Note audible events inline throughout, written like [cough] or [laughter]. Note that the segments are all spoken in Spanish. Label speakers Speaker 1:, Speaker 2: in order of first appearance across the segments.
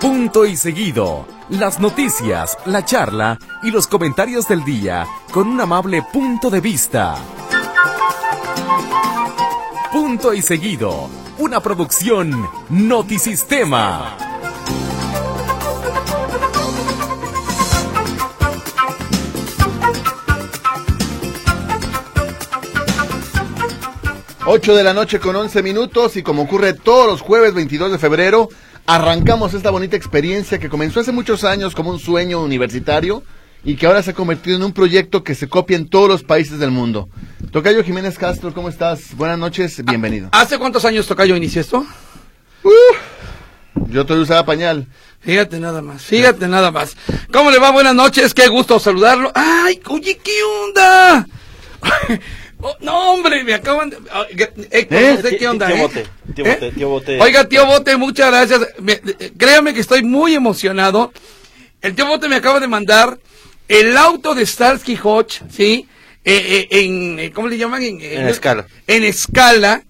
Speaker 1: Punto y seguido. Las noticias, la charla y los comentarios del día con un amable punto de vista. Punto y seguido. Una producción Notisistema.
Speaker 2: Ocho de la noche con 11 minutos y como ocurre todos los jueves 22 de febrero, arrancamos esta bonita experiencia que comenzó hace muchos años como un sueño universitario y que ahora se ha convertido en un proyecto que se copia en todos los países del mundo. Tocayo Jiménez Castro, ¿cómo estás? Buenas noches, bienvenido.
Speaker 3: ¿Hace cuántos años Tocayo inició esto?
Speaker 2: Yo todavía usaba pañal.
Speaker 3: Fíjate nada más, fíjate nada más. ¿Cómo le va? Buenas noches, qué gusto saludarlo. ¡Ay, oye, qué onda! [laughs] Oh, no, hombre, me acaban de... ah, que- Héctor,
Speaker 2: ¿Eh?
Speaker 3: no sé qué onda,
Speaker 4: Tío
Speaker 3: ¿eh?
Speaker 4: Bote, tío Bote, tío Bote.
Speaker 3: Oiga, tío Bote, muchas gracias. Me- eh, créame que estoy muy emocionado. El tío Bote me acaba de mandar el auto de Starsky Hodge, ¿sí? Eh, eh, en, eh, ¿Cómo le llaman? En,
Speaker 4: En escala.
Speaker 3: En escala.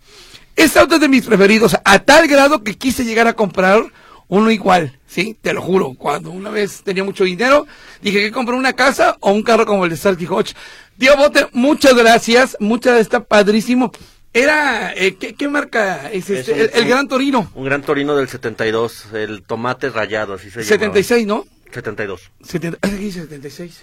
Speaker 3: Este auto es de mis preferidos, a tal grado que quise llegar a comprar uno igual, ¿sí? Te lo juro. Cuando una vez tenía mucho dinero, dije que comprar una casa o un carro como el de Starsky Hodge. Tío Bote, muchas gracias. Muchas gracias, está padrísimo. Era, eh, ¿qué, qué marca es
Speaker 4: Es
Speaker 3: este?
Speaker 4: un-
Speaker 3: el, el
Speaker 4: un-
Speaker 3: Gran Torino.
Speaker 4: Un gran torino del 72, el tomate rayado, así se llama.
Speaker 3: 76, ¿no?
Speaker 4: 72.
Speaker 3: 70, ah, aquí dice 76.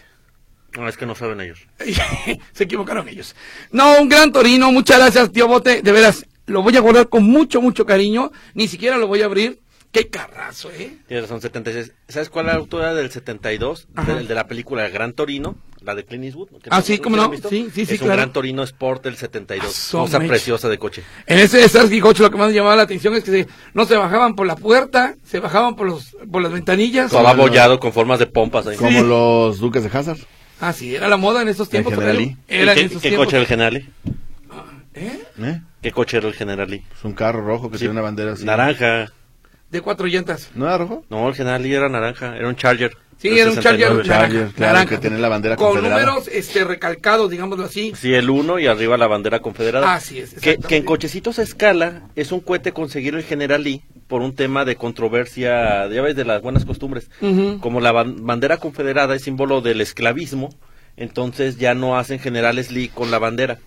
Speaker 4: No, es que no saben ellos.
Speaker 3: [laughs] Se equivocaron ellos. No, un gran Torino. Muchas gracias, tío Bote. De veras, lo voy a guardar con mucho, mucho cariño. Ni siquiera lo voy a abrir. Qué carrazo, ¿eh?
Speaker 4: Tienes razón, 76. ¿Sabes cuál auto era del 72?
Speaker 3: Ajá.
Speaker 4: El de la película El Gran Torino, la de Clint Eastwood. que
Speaker 3: Ah, sí, cómo
Speaker 4: la
Speaker 3: no.
Speaker 4: han visto?
Speaker 3: Sí, sí, sí,
Speaker 4: Es un
Speaker 3: claro.
Speaker 4: Gran Torino Sport del 72.
Speaker 3: Ah, so
Speaker 4: cosa
Speaker 3: much.
Speaker 4: preciosa de coche.
Speaker 3: En ese de Starsky Hutch lo que más me llamaba la atención es que se- no se bajaban por la puerta, se bajaban por, los, por las ventanillas.
Speaker 4: Todo abollado con formas de pompas ahí.
Speaker 2: Como los Duques de Hazard.
Speaker 3: Ah, sí, era la moda en esos tiempos.
Speaker 2: General
Speaker 3: Tocayo.
Speaker 2: Lee.
Speaker 3: Era
Speaker 4: ¿Y
Speaker 3: en
Speaker 4: ¿Qué,
Speaker 3: esos
Speaker 4: qué
Speaker 3: tiempos.
Speaker 4: coche era el Generali?
Speaker 3: ¿Eh?
Speaker 2: ¿eh?
Speaker 4: ¿Qué coche era el Generali?
Speaker 2: Es un carro rojo
Speaker 4: Pues
Speaker 2: que tiene una bandera así.
Speaker 4: Naranja.
Speaker 3: De cuatro llantas.
Speaker 2: ¿No era rojo?
Speaker 4: No, el Generali era naranja, era un Charger.
Speaker 3: Sí,
Speaker 4: del
Speaker 3: era un Charger,
Speaker 4: 69.
Speaker 2: Charger,
Speaker 3: naranja,
Speaker 2: claro,
Speaker 3: naranja.
Speaker 2: que tiene la bandera
Speaker 3: Con
Speaker 2: confederada.
Speaker 3: números este, recalcados, digámoslo así.
Speaker 4: Sí, el 1 y arriba la bandera confederada.
Speaker 3: Así es,
Speaker 4: Que, que en
Speaker 3: exactamente.
Speaker 4: cochecitos a escala es un cohete conseguir el General Lee por un tema de controversia, ya ves, de las buenas costumbres.
Speaker 3: Ujú.
Speaker 4: Como la ban- bandera confederada es símbolo del esclavismo, entonces ya no hacen generales Lee con la bandera.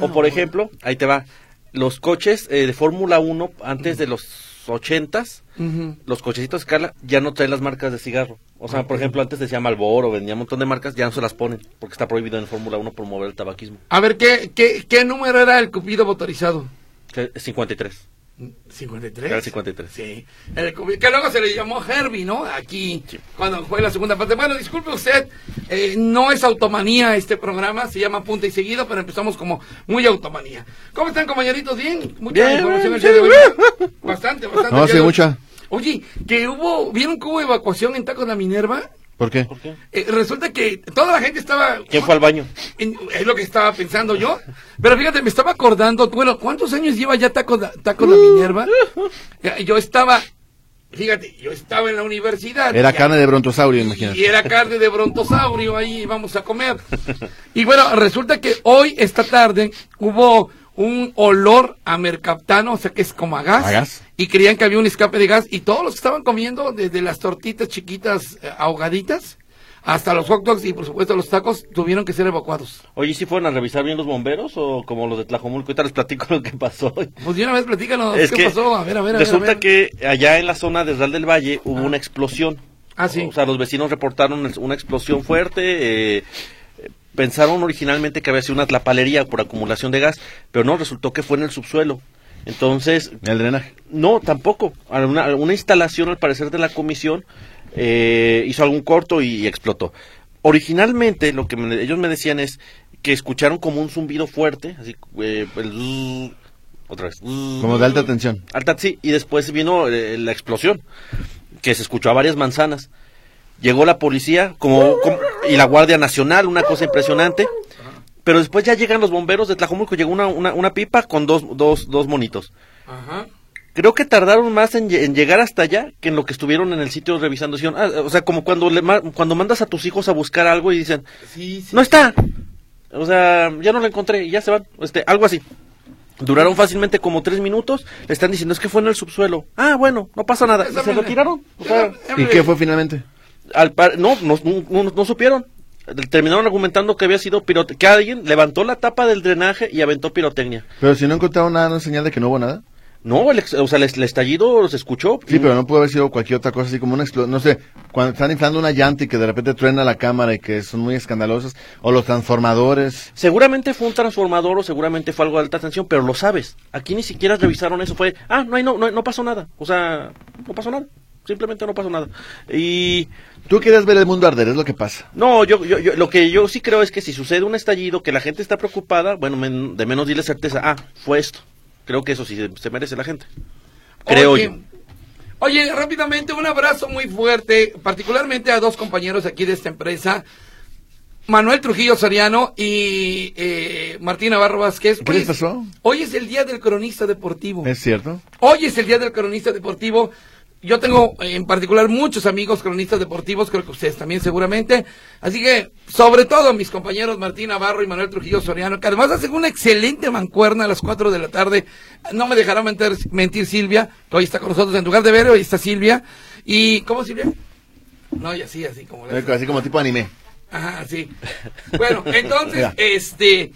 Speaker 4: o por ejemplo, ahí te va, los coches eh, de Fórmula 1 antes de los 80s,
Speaker 3: Ujú.
Speaker 4: los cochecitos a escala ya no traen las marcas de cigarro. O sea, por ejemplo, antes decía Malboro, vendía un montón de marcas, ya no se las ponen, porque está prohibido en Fórmula 1 promover el tabaquismo.
Speaker 3: A ver, ¿qué, qué, qué número era el cupido motorizado?
Speaker 4: Que es 53.
Speaker 3: ¿53?
Speaker 4: Era el 53.
Speaker 3: Sí. El cupido- que luego se le llamó Herbie, ¿no? Aquí, cuando fue la segunda parte. Bueno, disculpe usted, eh, no es automanía este programa, se llama Punta y Seguido, pero empezamos como muy automanía. ¿Cómo están, compañeritos? ¿Bien? Mucha
Speaker 4: Bien,
Speaker 3: información el
Speaker 4: sí,
Speaker 3: día
Speaker 4: [laughs]
Speaker 3: de hoy.
Speaker 4: bien.
Speaker 3: Bastante, bastante.
Speaker 2: No,
Speaker 3: el día
Speaker 2: sí,
Speaker 3: de hoy.
Speaker 2: mucha.
Speaker 3: Oye, que hubo, ¿vieron que hubo evacuación en Tacos de la Minerva?
Speaker 2: ¿Por qué?
Speaker 3: Eh, resulta que toda la gente estaba...
Speaker 4: ¿Quién fue al baño?
Speaker 3: En- es lo que estaba pensando yo. Pero fíjate, me estaba acordando, bueno, ¿cuántos años lleva ya Taco, da- Taco la Minerva? Ya, Yo estaba, fíjate, yo estaba en la universidad.
Speaker 2: Era
Speaker 3: Ya-
Speaker 2: carne de brontosaurio, imagínate.
Speaker 3: y era carne de brontosaurio, ahí íbamos a comer. Y bueno, resulta que hoy, esta tarde, hubo un olor a mercaptano, o sea que es como a gas.
Speaker 2: ¿A gas?
Speaker 3: Y creían que había un escape de gas. Y todos los que estaban comiendo, desde las tortitas chiquitas eh, ahogaditas hasta los hot dogs y por supuesto los tacos, tuvieron que ser evacuados.
Speaker 4: Oye, ¿sí fueron a revisar bien los bomberos o como los de Tlajomulco? Ahorita les platico [laughs] lo que pasó.
Speaker 3: Pues de una vez platícanos
Speaker 4: es
Speaker 3: qué
Speaker 4: que
Speaker 3: pasó. A ver, a ver, a ver,
Speaker 4: resulta
Speaker 3: a ver.
Speaker 4: que allá en la zona de Real del Valle hubo una explosión.
Speaker 3: Ah, sí.
Speaker 4: O sea, los vecinos reportaron es- una explosión fuerte. eh, eh, pensaron originalmente que había sido una tlapalería por acumulación de gas, pero no, resultó que fue en el subsuelo. Entonces,
Speaker 2: El drenaje.
Speaker 4: No, tampoco. Una, una instalación, al parecer, de la comisión eh, hizo algún corto y explotó. Originalmente, lo que me- ellos me decían es que escucharon como un zumbido fuerte, así, eh, el zzzz, otra vez. zzzz,
Speaker 2: Como de alta tensión.
Speaker 4: alta, sí, y después vino eh, la explosión, que se escuchó a varias manzanas. Llegó la policía como, como- y la Guardia Nacional, una cosa impresionante. Pero después ya llegan los bomberos de Tlajomulco, llegó una, una, una pipa con dos, dos, dos monitos.
Speaker 3: Ajá.
Speaker 4: Creo que tardaron más en, lle- en llegar hasta allá que en lo que estuvieron en el sitio revisando. Dijeron, ah, o sea, como cuando, le ma- cuando mandas a tus hijos a buscar algo y dicen,
Speaker 3: Sí, sí.
Speaker 4: no está. O sea, ya no lo encontré y ya se van. Este, algo así. Duraron fácilmente como tres minutos. Le están diciendo, es que fue en el subsuelo. Ah, bueno, no pasa nada. Y se retiraron. O sea,
Speaker 2: ¿Y qué fue finalmente?
Speaker 4: al par- no, no, no- no supieron. Terminaron argumentando que había sido pirote que alguien levantó la tapa del drenaje y aventó pirotecnia.
Speaker 2: Pero si no encontraron nada, ¿no es señal de que no hubo nada?
Speaker 4: No, el, ex- o sea, el, el estallido se escuchó.
Speaker 2: Sí, pero no puede haber sido cualquier otra cosa, así como una explo- no sé, cuando están inflando una llanta y que de repente truena la cámara y que son muy escandalosos, o los transformadores.
Speaker 4: Seguramente fue un transformador o seguramente fue algo de alta tensión, pero lo sabes. Aquí ni siquiera revisaron eso. Fue, ah, no, hay, no, no, no pasó nada. O sea, no pasó nada. Simplemente no pasó nada. Y
Speaker 2: Tú quieres ver el mundo arder, es lo que pasa.
Speaker 4: no, yo, yo, yo- lo que yo sí creo es que si sucede un estallido, que la gente está preocupada, bueno, men- de menos dile certeza, ah, fue esto. Creo que eso sí se, se merece la gente. Creo
Speaker 3: Oye,
Speaker 4: yo.
Speaker 3: Oye, rápidamente, un abrazo muy fuerte, particularmente a dos compañeros aquí de esta empresa. Manuel Trujillo Soriano y eh, Martín Navarro Vázquez.
Speaker 2: ¿Qué
Speaker 3: Hoy
Speaker 2: les
Speaker 3: es-
Speaker 2: pasó?
Speaker 3: Hoy es el día del cronista deportivo.
Speaker 2: ¿Es cierto?
Speaker 3: Hoy es el día del cronista deportivo. Yo tengo eh, en particular muchos amigos cronistas deportivos, creo que ustedes también seguramente. Así que, sobre todo mis compañeros Martín Navarro y Manuel Trujillo Soriano, que además hacen una excelente mancuerna a las 4 de la tarde. No me dejará mentir, mentir Silvia, que hoy está con nosotros en lugar de ver, hoy está Silvia. ¿Y cómo Silvia? No, y así, así como... la-
Speaker 2: Así como tipo anime.
Speaker 3: Ajá, sí. Bueno, entonces,
Speaker 2: Mira.
Speaker 3: este.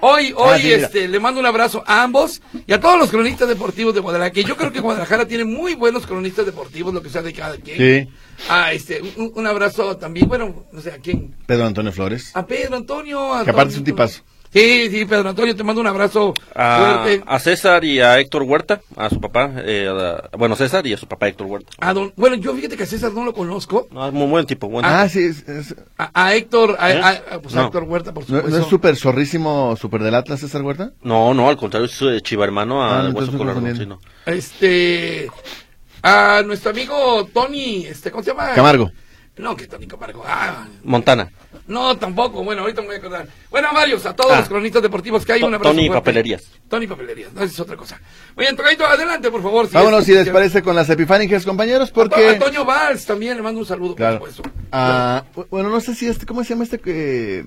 Speaker 3: Hoy, hoy,
Speaker 2: Ah, sí, mira.
Speaker 3: este, le mando un abrazo a ambos y a todos los cronistas deportivos de Guadalajara, que yo creo que Guadalajara tiene muy buenos cronistas deportivos, lo que sea de cada quien.
Speaker 2: Sí.
Speaker 3: Ah, este, un, un abrazo también, bueno, no sé a quién.
Speaker 2: Pedro Antonio Flores.
Speaker 3: A Pedro Antonio.
Speaker 2: Que aparte es un tipazo.
Speaker 3: Sí, sí, Pedro Antonio, te mando un abrazo
Speaker 4: A,
Speaker 3: fuerte.
Speaker 4: a César y a Héctor Huerta, a su papá, eh, a- bueno, César y a su papá Héctor Huerta.
Speaker 3: A don- bueno, yo fíjate que a César no lo conozco.
Speaker 4: No, es muy buen tipo, buen
Speaker 2: Ah,
Speaker 4: tipo.
Speaker 2: sí, es- es-
Speaker 3: A, a Héctor, a,
Speaker 4: ¿Eh?
Speaker 3: a- a- pues, a
Speaker 4: No.
Speaker 3: Héctor Huerta, por
Speaker 2: ¿no,
Speaker 3: supuesto.
Speaker 2: no es súper zorrísimo, súper del Atlas, César Huerta?
Speaker 4: No, no, al contrario, es eh, chiva hermano
Speaker 2: Ah,
Speaker 4: a
Speaker 2: no, entonces
Speaker 4: Hueso
Speaker 2: me
Speaker 4: Colorado.
Speaker 2: confundí.
Speaker 4: sí, no.
Speaker 3: Este. A nuestro amigo Tony, este, ¿cómo se llama?
Speaker 2: Camargo.
Speaker 3: No, que Tony Camargo. Ah,
Speaker 4: Montana.
Speaker 3: no, tampoco. Bueno, ahorita me voy a acordar. Bueno, a varios, a todos
Speaker 4: Ah.
Speaker 3: los cronistas deportivos que hay.
Speaker 4: To-
Speaker 3: Un abrazo
Speaker 4: Tony
Speaker 3: fuerte.
Speaker 4: Papelerías.
Speaker 3: Tony Papelerías, no, esa es otra cosa. Muy bien, Tocaito, adelante, por favor. si
Speaker 2: Vámonos,
Speaker 3: es-
Speaker 2: si les parece, con las epifánicas, compañeros,
Speaker 3: A
Speaker 2: porque...
Speaker 3: Antonio Valls también le mando un saludo,
Speaker 2: Claro.
Speaker 3: por supuesto.
Speaker 2: Ah, bu- bueno, no sé si este, ¿cómo se llama este que,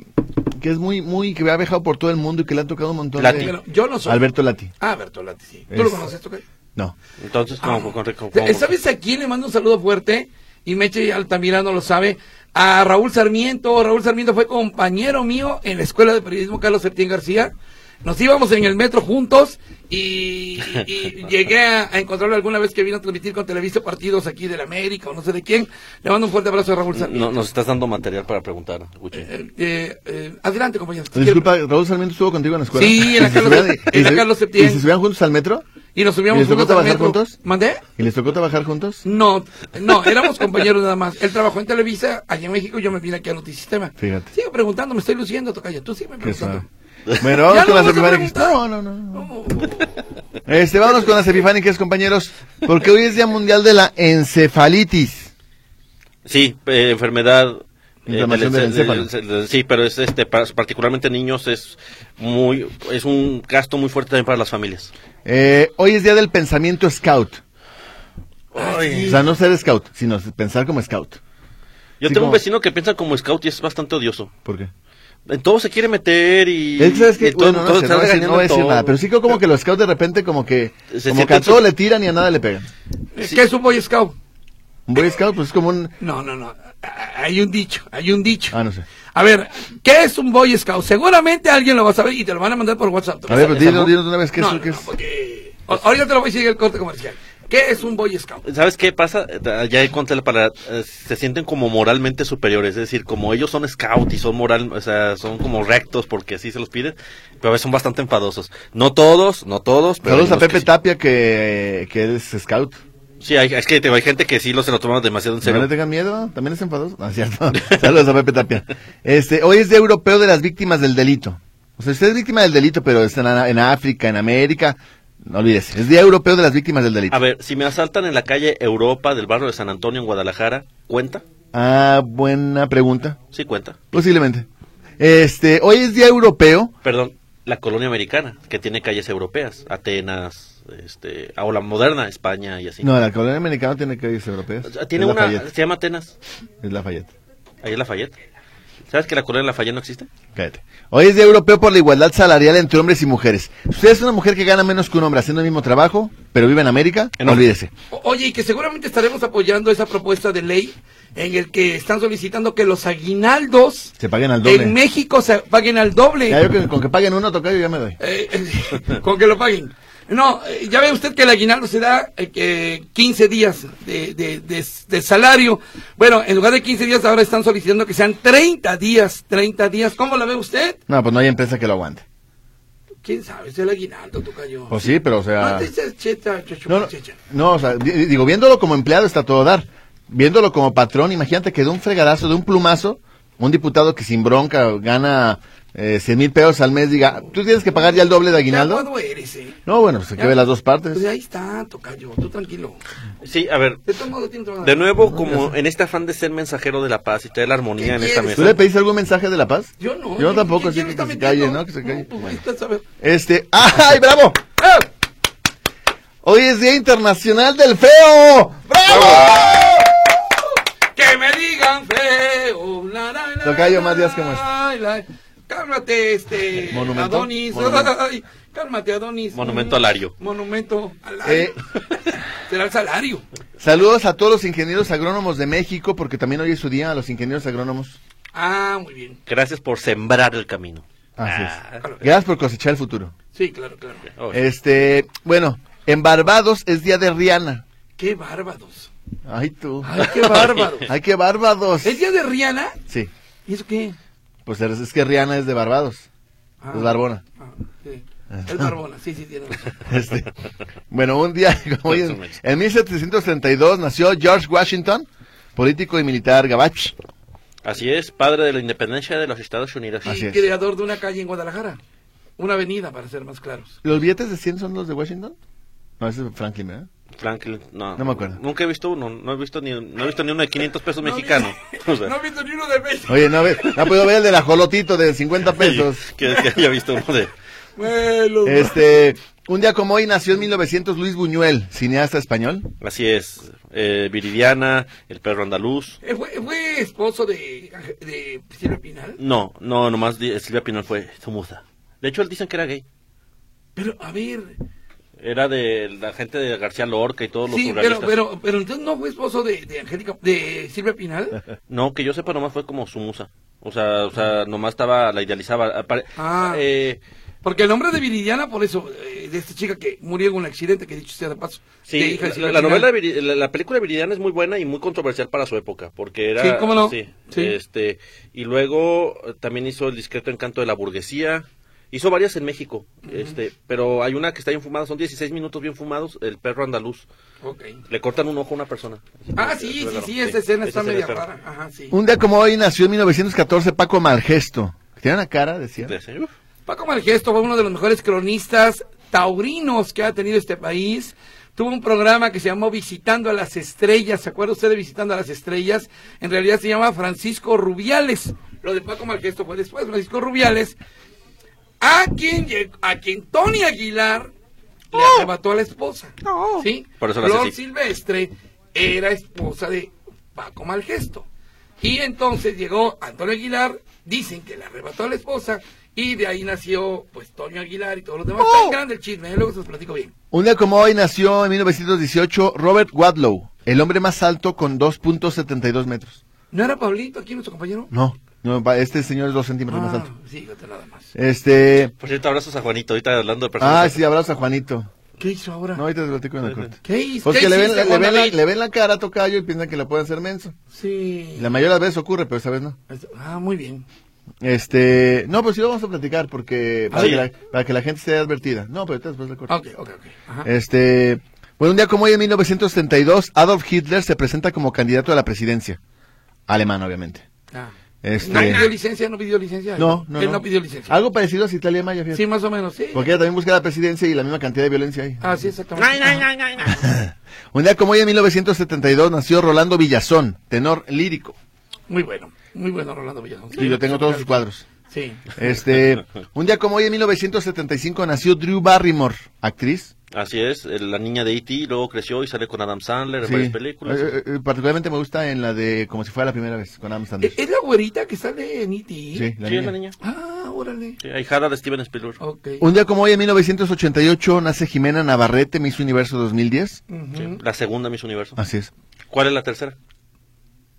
Speaker 2: que es muy, muy, que ha viajado por todo el mundo y que le ha tocado un montón
Speaker 4: Lati.
Speaker 2: de...
Speaker 3: Bueno, yo no soy.
Speaker 2: Alberto Lati.
Speaker 3: Ah, Bertolati, sí. ¿Tú
Speaker 2: Es-
Speaker 3: lo conoces, Tocayo?
Speaker 2: No.
Speaker 4: Entonces,
Speaker 3: Ah.
Speaker 4: como con- con Rico. como-
Speaker 3: ¿Sabes a quién le mando un saludo fuerte? Y Meche Altamirano lo sabe. A Raúl Sarmiento. Raúl Sarmiento fue compañero mío en la Escuela de Periodismo Carlos Septién García. Nos íbamos en el metro juntos y, y
Speaker 4: [laughs]
Speaker 3: llegué a, a encontrarlo alguna vez que vino a transmitir con Televisa partidos aquí de la América o no sé de quién. Le mando un fuerte abrazo a Raúl Sarmiento.
Speaker 4: No, nos estás dando material para preguntar, Gucci.
Speaker 3: Eh, eh, eh, adelante, compañero.
Speaker 2: Disculpa, Raúl Sarmiento estuvo contigo en la escuela.
Speaker 3: Sí, en la
Speaker 2: ¿Y se
Speaker 3: Carlos-
Speaker 2: subían- y
Speaker 3: en la
Speaker 2: se-
Speaker 3: Carlos Septién.
Speaker 2: ¿Y se subían juntos al metro?
Speaker 3: Y nos subíamos
Speaker 2: ¿Y les tocó
Speaker 3: juntos al
Speaker 2: trabajar
Speaker 3: metro.
Speaker 2: juntos?
Speaker 3: ¿Mandé?
Speaker 2: ¿Y les tocó trabajar juntos?
Speaker 3: No, no, éramos compañeros nada más. Él trabajó en Televisa, allá en México, yo me vine aquí a Notisistema.
Speaker 2: Fíjate.
Speaker 3: Sigue preguntando, me estoy luciendo, Tocayo. Tú sigue
Speaker 2: Qué
Speaker 3: preguntando.
Speaker 2: suave. Bueno, vamos
Speaker 3: [laughs] Ya
Speaker 2: con
Speaker 3: no
Speaker 2: las
Speaker 3: vas a
Speaker 2: epifánicas. No,
Speaker 3: preguntar.
Speaker 2: no, no, no.
Speaker 3: Oh,
Speaker 2: Este, vámonos con las epifánicas, compañeros, porque hoy es Día Mundial de la Encefalitis.
Speaker 4: Sí, eh, enfermedad. eh,
Speaker 2: Inflamación del
Speaker 4: ence-
Speaker 2: encéfalo.
Speaker 4: del- del- Sí, pero es este, pa- particularmente niños, es muy, es un gasto muy fuerte también para las familias.
Speaker 2: Eh, hoy es Día del Pensamiento Scout. O Ah,
Speaker 4: Ay.
Speaker 2: sea, no ser scout, sino pensar como scout.
Speaker 4: Yo
Speaker 2: sí,
Speaker 4: tengo
Speaker 2: como-
Speaker 4: un vecino que piensa como scout y es bastante odioso.
Speaker 2: ¿Por qué?
Speaker 4: En todo se quiere meter y.
Speaker 2: Es que, ¿sabes qué?
Speaker 4: y todo-
Speaker 2: Bueno, no
Speaker 4: todo
Speaker 2: sé,
Speaker 4: está
Speaker 2: no voy a decir-
Speaker 4: regañando
Speaker 2: no voy a
Speaker 4: en
Speaker 2: decir
Speaker 4: todo.
Speaker 2: nada, pero sí que como que los scouts de repente como que,
Speaker 4: Se
Speaker 2: como que a
Speaker 4: sienten su-
Speaker 2: todo le tiran y a nada le pegan.
Speaker 3: Es que es un Boy Scout.
Speaker 2: Un boy scout pues es como un...
Speaker 3: No, no, no. Ah, Hay un dicho, hay un dicho.
Speaker 2: Ah, no sé.
Speaker 3: A ver, ¿qué es un Boy Scout? Seguramente alguien lo va a saber y te lo van a mandar por WhatsApp.
Speaker 2: A ver,
Speaker 3: Tocayo.
Speaker 2: pero dinos, dinos de una vez qué
Speaker 3: No,
Speaker 2: es,
Speaker 3: no,
Speaker 2: qué
Speaker 3: no,
Speaker 2: es.
Speaker 3: porque- o- Ahorita te lo voy a decir el corte comercial. ¿Qué es un Boy Scout?
Speaker 4: ¿Sabes qué pasa? Eh, Ya conté la palabra. eh, Se sienten como moralmente superiores. Es decir, como ellos son scout y son moral, o sea, son como rectos porque así se los piden. Pero a veces son bastante enfadosos. No todos, no todos. Pero
Speaker 2: Saludos
Speaker 4: hay
Speaker 2: a
Speaker 4: unos que
Speaker 2: Pepe
Speaker 4: sí.
Speaker 2: Tapia que, que es scout.
Speaker 4: Sí, hay, es que te- hay gente que sí lo se lo toman demasiado en
Speaker 2: No
Speaker 4: serio.
Speaker 2: le tengan miedo, también es enfadoso. No, es cierto. [laughs] Saludos a Pepe Tapia. Este, hoy es Día Europeo de las Víctimas del Delito. O sea, usted es víctima del delito, pero está en, en África, en América. No olvides, es Día Europeo de las Víctimas del Delito.
Speaker 4: A ver, si me asaltan en la calle Europa del barrio de San Antonio en Guadalajara, ¿cuenta?
Speaker 2: Ah, buena pregunta.
Speaker 4: Sí, cuenta.
Speaker 2: Posiblemente. Este, hoy es Día Europeo.
Speaker 4: Perdón, la colonia americana, que tiene calles europeas. Atenas, este, o la moderna España y así.
Speaker 2: No, la colonia americana tiene calles europeas.
Speaker 4: O sea, Tiene
Speaker 2: es
Speaker 4: una,
Speaker 2: Lafayette,
Speaker 4: se llama Atenas.
Speaker 2: es Lafayette.
Speaker 4: Ahí es Lafayette. ¿Sabes que la colonia de la falla no existe?
Speaker 2: Cállate. Hoy es Día Europeo por la Igualdad Salarial entre Hombres y Mujeres. Si usted es una mujer que gana menos que un hombre haciendo el mismo trabajo, pero vive en América,
Speaker 4: En-
Speaker 2: olvídese.
Speaker 3: O- Oye, y que seguramente estaremos apoyando esa propuesta de ley en el que están solicitando que los aguinaldos
Speaker 2: Se paguen al doble.
Speaker 3: en México se paguen al doble.
Speaker 2: Ya yo que- con que paguen uno, tocayo, ya me doy.
Speaker 3: Eh, eh, [laughs] con que lo paguen. No, eh, ya ve usted que el aguinaldo se da eh, que 15 días de, de- de- de salario. Bueno, en lugar de 15 días ahora están solicitando que sean 30 días, 30 días. ¿Cómo la ve usted?
Speaker 2: No, pues no hay empresa que lo aguante.
Speaker 3: ¿Quién sabe? Es el aguinaldo, tocayo.
Speaker 2: Pues sí, pero o sea...
Speaker 3: No, te dices cheta, chuchu,
Speaker 2: No, no,
Speaker 3: checha.
Speaker 2: no, o sea, di- digo, viéndolo como empleado está todo dar. Viéndolo como patrón, imagínate que de un fregadazo, de un plumazo, un diputado que sin bronca gana eh, 100 mil pesos al mes diga, "Ah, tú tienes que pagar ya el doble de
Speaker 3: Ya
Speaker 2: aguinaldo.
Speaker 3: aguado eres, eh.
Speaker 2: No, bueno, se que ve las dos partes.
Speaker 3: Pues ahí está, tocayo, tú tranquilo.
Speaker 4: Sí, a ver.
Speaker 3: De todos modos, tiene otra-
Speaker 4: De nuevo, como en este afán de ser mensajero de la paz y traer la
Speaker 3: ¿Qué
Speaker 4: armonía en esta
Speaker 3: quieres?
Speaker 2: ¿Tú
Speaker 4: mesa.
Speaker 2: le pediste algún mensaje de la paz?
Speaker 3: Yo no.
Speaker 2: Yo tampoco,
Speaker 3: ¿quién
Speaker 2: así
Speaker 3: me
Speaker 2: que,
Speaker 3: está
Speaker 2: que se
Speaker 3: metiendo?
Speaker 2: calle, ¿no? Que se calle.
Speaker 3: No, pues,
Speaker 2: Bueno.
Speaker 3: usted sabe.
Speaker 2: Este, ¡ay, bravo!
Speaker 3: ¡Eh!
Speaker 2: Hoy es Día Internacional del Feo. ¡Bravo!
Speaker 3: Que me digan feo. La, la, la,
Speaker 2: Tocayo,
Speaker 3: la,
Speaker 2: más días que
Speaker 3: la, la. Cálmate, este.
Speaker 2: Monumento,
Speaker 3: Adonis.
Speaker 2: monumento.
Speaker 3: [laughs] Ay, cálmate, Adonis.
Speaker 4: Monumento alario.
Speaker 3: Monumento alario.
Speaker 2: Eh,
Speaker 3: Será el salario.
Speaker 2: saludos a todos los ingenieros agrónomos de México, porque también hoy es su día a los ingenieros agrónomos.
Speaker 3: Ah, muy bien.
Speaker 4: Gracias por sembrar el camino.
Speaker 2: Así es.
Speaker 4: Ah,
Speaker 2: Gracias por cosechar el futuro.
Speaker 3: Sí, claro, claro.
Speaker 4: oh,
Speaker 2: Este, bueno, en Barbados es día de Rihanna.
Speaker 3: Qué bárbaros.
Speaker 2: Ay, tú.
Speaker 3: Ay,
Speaker 2: [laughs]
Speaker 3: qué bárbaros.
Speaker 2: Ay, qué Barbados.
Speaker 3: ¿Es día de Rihanna?
Speaker 2: Sí,
Speaker 3: ¿Y eso qué?
Speaker 2: pues es es que Rihanna es de Barbados.
Speaker 3: Ah,
Speaker 2: Es Pues barbona.
Speaker 3: ah, sí. Es barbona, sí, sí, tiene razón.
Speaker 2: [laughs] Este, bueno, un día, [laughs] como hoy en, en 1732 nació George Washington, político y militar gabacho.
Speaker 4: Así es, padre de la independencia de los Estados Unidos.
Speaker 2: Así
Speaker 3: Y
Speaker 2: es.
Speaker 3: creador de una calle en Guadalajara. Una avenida, para ser más claros.
Speaker 2: ¿Los billetes de 100 son los de Washington? No, ese es Franklin, ¿verdad?
Speaker 4: Franklin, no.
Speaker 2: No me acuerdo.
Speaker 4: Nunca he visto uno, no he visto ni, no he visto ni uno de 500 pesos [laughs] mexicanos. O sea,
Speaker 3: No he visto ni uno de México.
Speaker 2: Oye, no, ve- no puedo ver el de la Jolotito de 50 pesos.
Speaker 4: que, que haya visto uno de...
Speaker 3: Bueno,
Speaker 2: Este, un día como hoy nació en 1900 Luis Buñuel, cineasta español.
Speaker 4: Así es, eh, Viridiana, el perro andaluz.
Speaker 3: Eh, ¿Fue, fue esposo de, de Silvia Pinal?
Speaker 4: No, no, nomás di- Silvia Pinal fue su musa. De hecho, él dicen que era gay.
Speaker 3: Pero, a ver.
Speaker 4: Era de la gente de García Lorca y todos los
Speaker 3: Sí, pero,
Speaker 4: surrealistas.
Speaker 3: pero, pero entonces no fue esposo de, de Angélica, de Silvia Pinal.
Speaker 4: No, que yo sepa, nomás fue como su musa. O sea, o sea nomás estaba, la idealizaba. Apare-
Speaker 3: Ah.
Speaker 4: eh,
Speaker 3: Porque el nombre de Viridiana, por eso, eh, de esta chica que murió en un accidente, que dicho sea de paso.
Speaker 4: Sí,
Speaker 3: de hija de
Speaker 4: la-
Speaker 3: Silvia
Speaker 4: la,
Speaker 3: Pinal.
Speaker 4: novela de Viri- la, la película de Viridiana es muy buena y muy controversial para su época, porque era
Speaker 3: Sí, cómo no.
Speaker 4: sí,
Speaker 3: Sí.
Speaker 4: este y luego eh, también hizo El discreto encanto de la burguesía, hizo varias en México, este, pero hay una que está bien fumada, son 16 minutos bien fumados, El perro andaluz,
Speaker 3: Ok.
Speaker 4: le cortan un ojo a una persona.
Speaker 3: Ah, sí, sí, sí, esa escena está media rara. Ajá, sí.
Speaker 2: Un día como hoy nació en 1914 Paco Malgesto. Tiene una cara, decía.
Speaker 4: rara.
Speaker 3: Paco Malgesto fue uno de los mejores cronistas taurinos que ha tenido este país. Tuvo un programa que se llamó Visitando a las Estrellas. ¿Se acuerda usted de Visitando a las Estrellas? En realidad se llama Francisco Rubiales. Lo de Paco Malgesto fue después. Francisco Rubiales, a quien, lleg- a quien Tony Aguilar le arrebató a la esposa. ¿sí?
Speaker 4: Por eso la
Speaker 3: Flor
Speaker 4: asesí.
Speaker 3: Silvestre era esposa de Paco Malgesto. Y entonces llegó Antonio Aguilar, dicen que le arrebató a la esposa, y de ahí nació pues Toño Aguilar y todos los demás. Está bien grande el chisme, ¿eh? luego se los platico bien.
Speaker 2: Un día como hoy nació en 1918 Robert Wadlow, el hombre más alto con 2.72 metros.
Speaker 3: ¿No era Pablito aquí nuestro compañero?
Speaker 2: No, no, pa- este señor es dos centímetros más
Speaker 3: Ah,
Speaker 2: alto.
Speaker 3: sí, fíjate nada más.
Speaker 2: Este.
Speaker 4: Por cierto, abrazos a Juanito, ahorita hablando de personas.
Speaker 2: Ah, sí, abrazo a Juanito.
Speaker 3: ¿Qué hizo ahora?
Speaker 2: No, ahorita te platico en el corte.
Speaker 3: ¿Qué hizo?
Speaker 2: Porque
Speaker 3: ¿Qué
Speaker 2: le ven,
Speaker 3: hiciste,
Speaker 2: le,
Speaker 3: Juan
Speaker 2: ven la,
Speaker 3: David?
Speaker 2: le ven la cara a Tocayo y piensan que la pueden hacer menso.
Speaker 3: Sí.
Speaker 2: La mayoría de las veces ocurre, pero esta vez no.
Speaker 3: Ah, muy bien.
Speaker 2: Este. No, pues sí lo vamos a platicar porque. Para,
Speaker 4: Sí.
Speaker 2: que, la, para que la gente esté advertida. No, pero ahorita después del corte.
Speaker 3: Ah, Ok, ok, ok. Ajá.
Speaker 2: Este, bueno, un día como hoy en 1972, Adolf Hitler se presenta como candidato a la presidencia. Alemán, obviamente.
Speaker 3: Ah.
Speaker 2: Este-
Speaker 3: ¿No pidió licencia? ¿No pidió licencia?
Speaker 2: No, no, Ah,
Speaker 3: Él no pidió licencia.
Speaker 2: Algo parecido a Italia Maya, fíjate.
Speaker 3: Sí, más o menos, sí.
Speaker 2: Porque ella también busca la presidencia y la misma cantidad de violencia ahí.
Speaker 3: Ah, sí, exactamente.
Speaker 2: Un día como hoy en 1972 nació Rolando Villazón, tenor lírico.
Speaker 3: Muy bueno, muy bueno Rolando Villazón.
Speaker 2: Y yo tengo todos sus cuadros.
Speaker 3: Sí.
Speaker 4: [laughs]
Speaker 2: Este, un día como hoy en 1975 nació Drew Barrymore, actriz.
Speaker 4: Así es, eh, la niña de E.T. luego creció y sale con Adam Sandler en varias películas.
Speaker 2: Eh, eh, eh, particularmente me gusta en la de Como si fuera la primera vez con Adam Sandler.
Speaker 3: ¿Es Eh,
Speaker 4: Eh,
Speaker 3: es la güerita que sale en E.T.?
Speaker 2: Sí, la
Speaker 4: sí,
Speaker 2: niña. Oh,
Speaker 4: eh, es la niña.
Speaker 3: Ah, órale.
Speaker 4: Sí, ahijada de Steven Spielberg.
Speaker 3: Ok.
Speaker 2: Un día como hoy, en 1988, nace Jimena Navarrete, Miss Universo 2010.
Speaker 4: Sí,
Speaker 2: mm.
Speaker 4: la segunda Miss Universo.
Speaker 2: Así es.
Speaker 4: ¿Cuál es la tercera?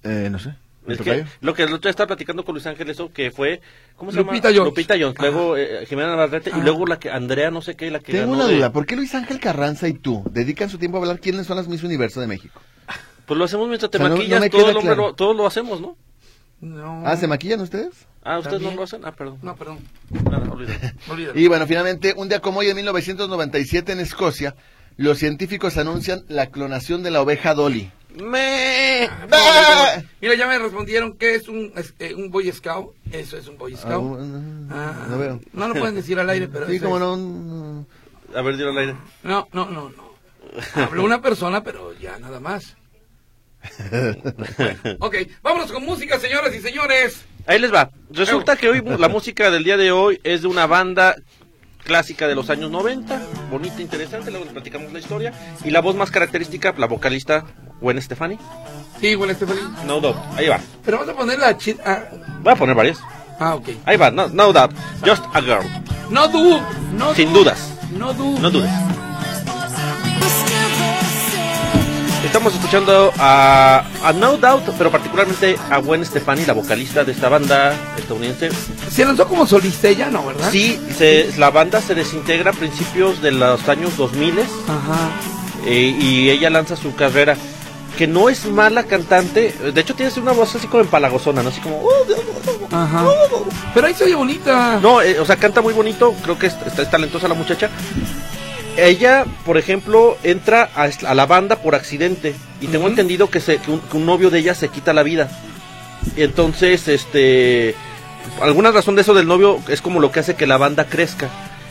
Speaker 2: Eh, no sé. ¿me
Speaker 4: Es que,
Speaker 2: tocayo?
Speaker 4: lo que el otro día estaba platicando con Luis Ángel eso que fue ¿cómo se
Speaker 3: Lupita
Speaker 4: llama?
Speaker 3: Jones.
Speaker 4: Lupita Jones luego eh, Jimena Navarrete y luego la que Andrea no sé qué la que
Speaker 2: Ah. Tengo
Speaker 4: ganó
Speaker 2: una
Speaker 4: de-
Speaker 2: duda. pues. ¿Por qué Luis Ángel Carranza y tú dedican su tiempo a hablar quiénes son las Miss Universo de México?
Speaker 4: pues lo hacemos mientras te
Speaker 2: O sea, no- no
Speaker 4: maquillas
Speaker 2: me
Speaker 4: todo
Speaker 2: queda
Speaker 4: el hombre
Speaker 2: claro.
Speaker 4: lo, todos lo hacemos ¿no?
Speaker 3: No.
Speaker 2: Ah, ¿se maquillan ustedes?
Speaker 4: ah ustedes
Speaker 3: También.
Speaker 4: no lo hacen ah perdón
Speaker 3: No, perdón.
Speaker 2: [laughs]
Speaker 4: Nada, olvídalo.
Speaker 3: Olvídalo.
Speaker 2: Y bueno, finalmente, un día como hoy, en 1997, en Escocia, los científicos anuncian la clonación de la oveja Dolly.
Speaker 3: Me.
Speaker 2: Ah.
Speaker 3: Mira, ya me respondieron que es un, es, eh, un Boy Scout. Eso es un Boy Scout.
Speaker 2: Ah,
Speaker 3: Ah,
Speaker 2: no veo.
Speaker 3: No lo pueden decir al aire, pero.
Speaker 2: [laughs] Sí,
Speaker 3: eso
Speaker 2: como
Speaker 3: es.
Speaker 2: no. no.
Speaker 4: a ver dilo al aire
Speaker 3: No, no, no, no. Habló una persona, pero ya nada más. Bueno, ok, vámonos con música, señoras y señores.
Speaker 4: [laughs] ahí les va resulta que hoy la música del día de hoy es de una banda clásica de los años 90 bonita interesante luego les platicamos la historia y la voz más característica la vocalista Gwen Stefani
Speaker 3: Sí, bueno, este feliz.
Speaker 4: No Doubt ahí va
Speaker 3: Pero vamos a poner la chit. Ah,
Speaker 4: voy a poner varias
Speaker 3: ah, ok.
Speaker 4: ahí va No, no Doubt Just a Girl
Speaker 3: No du, no
Speaker 4: sin
Speaker 3: du-
Speaker 4: dudas
Speaker 3: No du.
Speaker 4: No dudes. Estamos escuchando a, a No Doubt, pero particularmente a Gwen Stefani, la vocalista de esta banda estadounidense.
Speaker 3: Se lanzó como solista ella, ¿no, verdad?
Speaker 4: Sí, se- la banda se desintegra a principios de los años 2000
Speaker 3: Ajá.
Speaker 4: eh, y ella lanza su carrera. Que no es mala cantante, de hecho tiene una voz así como empalagosona, ¿no? Así como...
Speaker 3: Ajá. Pero ahí se oye bonita.
Speaker 4: No, eh, o sea, canta muy bonito, creo que es, está- es talentosa la muchacha. Ella, por ejemplo, entra a, es- a la banda por accidente y tengo
Speaker 3: Ujú.
Speaker 4: entendido que, se, que un, que un novio de ella se quita la vida. Y entonces, este, alguna razón de eso del novio es como lo que hace que la banda crezca.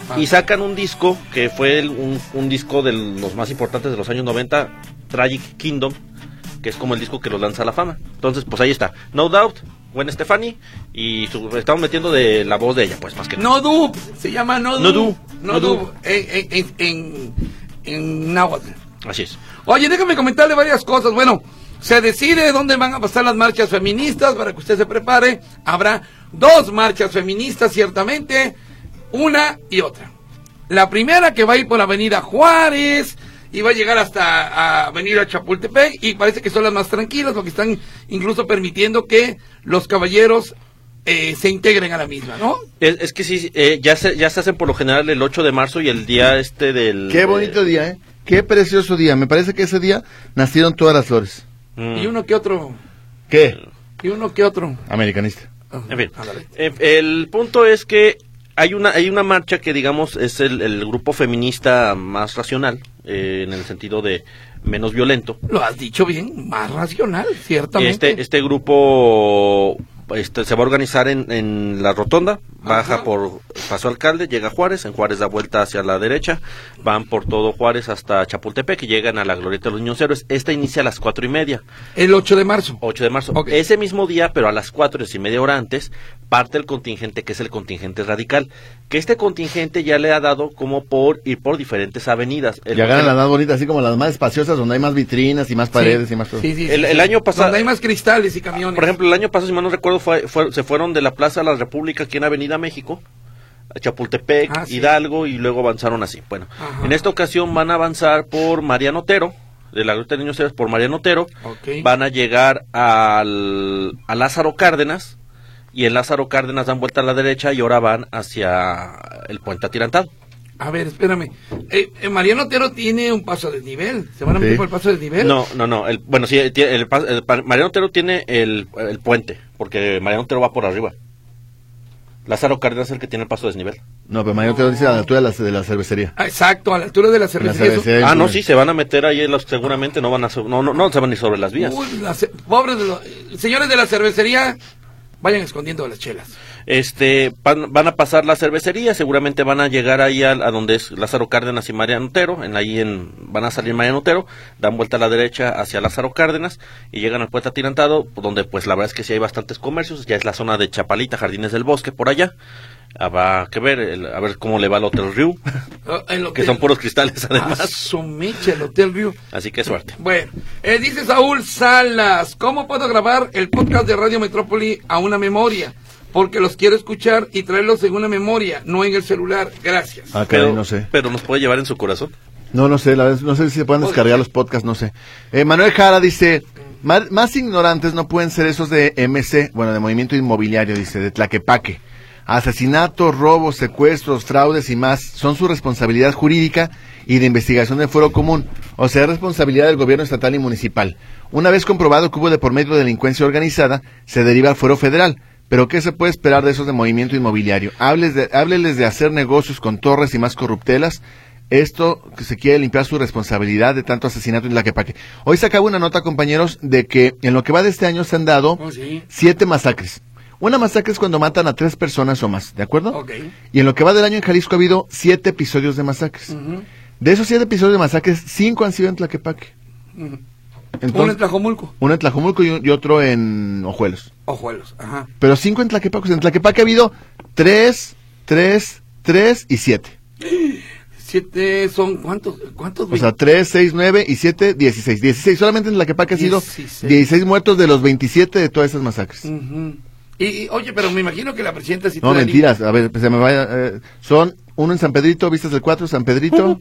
Speaker 3: Ah.
Speaker 4: Y sacan un disco que fue el- un, un disco de los más importantes de los años 90, Tragic Kingdom, que es como el disco que los lanza a la fama. Entonces, pues ahí está, No Doubt, Gwen Stefani, y su- estamos metiendo de la voz de ella, pues más que
Speaker 3: No du. Se llama No du.
Speaker 4: No du.
Speaker 3: No
Speaker 4: No
Speaker 3: du.
Speaker 4: du.
Speaker 3: En, en, en, en náhuatl.
Speaker 4: Así es.
Speaker 3: Oye, déjame comentarle varias cosas. Bueno, se decide dónde van a pasar las marchas feministas para que usted se prepare. Habrá dos marchas feministas, ciertamente, una y otra. La primera que va a ir por la avenida Juárez y va a llegar hasta a avenida Chapultepec y parece que son las más tranquilas porque están incluso permitiendo que los caballeros eh, se integren a la misma, ¿no?
Speaker 4: Es, es que sí, eh, ya, se, ya se hacen por lo general el 8 de marzo y el día este del...
Speaker 2: Qué bonito día, ¿eh? Qué precioso día. Me parece que ese día nacieron todas las flores.
Speaker 4: Mm.
Speaker 3: Y uno que otro,
Speaker 2: ¿Qué?
Speaker 3: y uno que otro.
Speaker 2: Americanista.
Speaker 4: En fin.
Speaker 3: Ándale.
Speaker 4: Eh, el punto es que hay una, hay una marcha que, digamos, es el, el grupo feminista más racional, eh, en el sentido de menos violento.
Speaker 3: Lo has dicho bien, más racional, ciertamente.
Speaker 4: Este, este grupo este, se va a organizar en, en la rotonda, baja
Speaker 3: Ajá.
Speaker 4: por Paso Alcalde, llega a Juárez, en Juárez da vuelta hacia la derecha, van por todo Juárez hasta Chapultepec y llegan a la Glorieta de los Niños Héroes. Esta inicia a las cuatro y media.
Speaker 3: El 8 de marzo.
Speaker 4: 8 de marzo.
Speaker 3: Ok.
Speaker 4: Ese mismo día, pero a las 4 y media hora antes, parte el contingente que es el contingente radical. Que este contingente ya le ha dado como por ir por diferentes avenidas. El,
Speaker 2: y agarran las más bonitas, así como las más espaciosas, donde hay más vitrinas y más paredes
Speaker 3: Sí,
Speaker 2: y más todo.
Speaker 3: sí, sí,
Speaker 4: El-
Speaker 3: sí,
Speaker 4: el
Speaker 3: sí.
Speaker 4: año pasado-
Speaker 3: Donde hay más cristales y camiones.
Speaker 4: Por ejemplo, el año pasado, si mal no recuerdo, fue- fue- se fueron de la Plaza de la República aquí en Avenida México, a Chapultepec,
Speaker 3: Ah, sí.
Speaker 4: Hidalgo, y luego avanzaron así. Bueno,
Speaker 3: Ajá.
Speaker 4: en esta ocasión van a avanzar por Mariano Otero, de la Gruta de Niños Héroes por Mariano Otero,
Speaker 3: Ok.
Speaker 4: van a llegar al, a Lázaro Cárdenas, y en Lázaro Cárdenas dan vuelta a la derecha y ahora van hacia el puente atirantado.
Speaker 3: A ver, espérame. Eh, eh, Mariano Otero tiene un paso de nivel. ¿Se van a meter
Speaker 2: Sí.
Speaker 3: por el paso de nivel?
Speaker 4: No, no, no. El, bueno, sí, tiene el, pas- el pa- Mariano Otero tiene el, el puente, porque Mariano Otero va por arriba. Lázaro Cárdenas es el que tiene el paso desnivel.
Speaker 2: No, pero mayor te lo dice a la altura de la, de la cervecería.
Speaker 3: Ah, exacto, a la altura de la cervecería.
Speaker 2: cervecería.
Speaker 4: Ah, no,
Speaker 2: pues.
Speaker 4: sí, se van a meter ahí, los, seguramente no van a, so- no, no, no se van ni sobre las vías.
Speaker 3: Uy, la ce- pobres de los... eh, Señores de la cervecería, vayan escondiendo las chelas.
Speaker 4: Este, van, van a pasar la cervecería, seguramente van a llegar ahí al- a, donde es Lázaro Cárdenas y Mariano Otero, en ahí en, van a salir Mariano Otero, dan vuelta a la derecha hacia Lázaro Cárdenas y llegan al puente atirantado, donde pues la verdad es que sí hay bastantes comercios, ya es la zona de Chapalita, Jardines del Bosque, por allá. habrá que ver, el- a ver cómo le va al Hotel Ryu,
Speaker 3: Ah, en lo
Speaker 4: que
Speaker 3: [laughs]
Speaker 4: son puros cristales [laughs]
Speaker 3: Ah,
Speaker 4: además.
Speaker 3: su mecha, el Hotel Río.
Speaker 4: Así que suerte.
Speaker 3: Bueno, eh, dice Saúl Salas, ¿cómo puedo grabar el podcast de Radio Metrópoli a una memoria? Porque los quiero escuchar y traerlos en una memoria, no en el celular. Gracias.
Speaker 2: Ah, caray,
Speaker 4: Pero,
Speaker 2: no sé.
Speaker 4: pero nos puede llevar en su corazón.
Speaker 2: No, no sé, la verdad, no sé si se pueden
Speaker 3: Oye.
Speaker 2: descargar los podcasts, no sé. Eh, Manuel Jara dice, "Ma- más ignorantes no pueden ser esos de MC, bueno, de Movimiento Inmobiliario, dice, de Tlaquepaque. Asesinatos, robos, secuestros, fraudes y más son su responsabilidad jurídica y de investigación del fuero común, o sea, responsabilidad del gobierno estatal y municipal. Una vez comprobado que hubo de por medio de delincuencia organizada, se deriva al fuero federal. Pero ¿qué se puede esperar de esos de movimiento inmobiliario? Hables de, hábleles de hacer negocios con torres y más corruptelas, esto que se quiere limpiar su responsabilidad de tanto asesinato en la Quepaque. Hoy se acaba una nota, compañeros, de que en lo que va de este año se han dado
Speaker 3: Oh, sí.
Speaker 2: siete masacres. Una masacre es cuando matan a tres personas o más, ¿de acuerdo?
Speaker 3: Ok.
Speaker 2: Y en lo que va del año en Jalisco ha habido siete episodios de masacres.
Speaker 3: Mm.
Speaker 2: De esos siete episodios de masacres, cinco han sido en Tlaquepaque.
Speaker 3: Mm. Uno
Speaker 2: Entonces,
Speaker 3: en Tlajomulco.
Speaker 2: uno en Tlajomulco y, un- y otro en Ojuelos.
Speaker 3: Ojuelos, ajá.
Speaker 2: Pero cinco en Tlaquepaque. En Tlaquepaque ha habido tres, tres, tres y siete.
Speaker 3: Siete son, ¿cuántos? ¿Cuántos?
Speaker 2: O sea, 3, 6, 9 y 7, 16. 16. Solamente en la que ha sido
Speaker 3: 16.
Speaker 2: 16 muertos de los 27 de todas esas masacres.
Speaker 3: Ujú. y, y, oye, pero me imagino que la presidenta sí
Speaker 2: No,
Speaker 3: te da
Speaker 2: mentiras. A ver, pues, se me vaya. eh, son uno en San Pedrito, vistas del 4, San
Speaker 3: [laughs]
Speaker 2: Pedrito.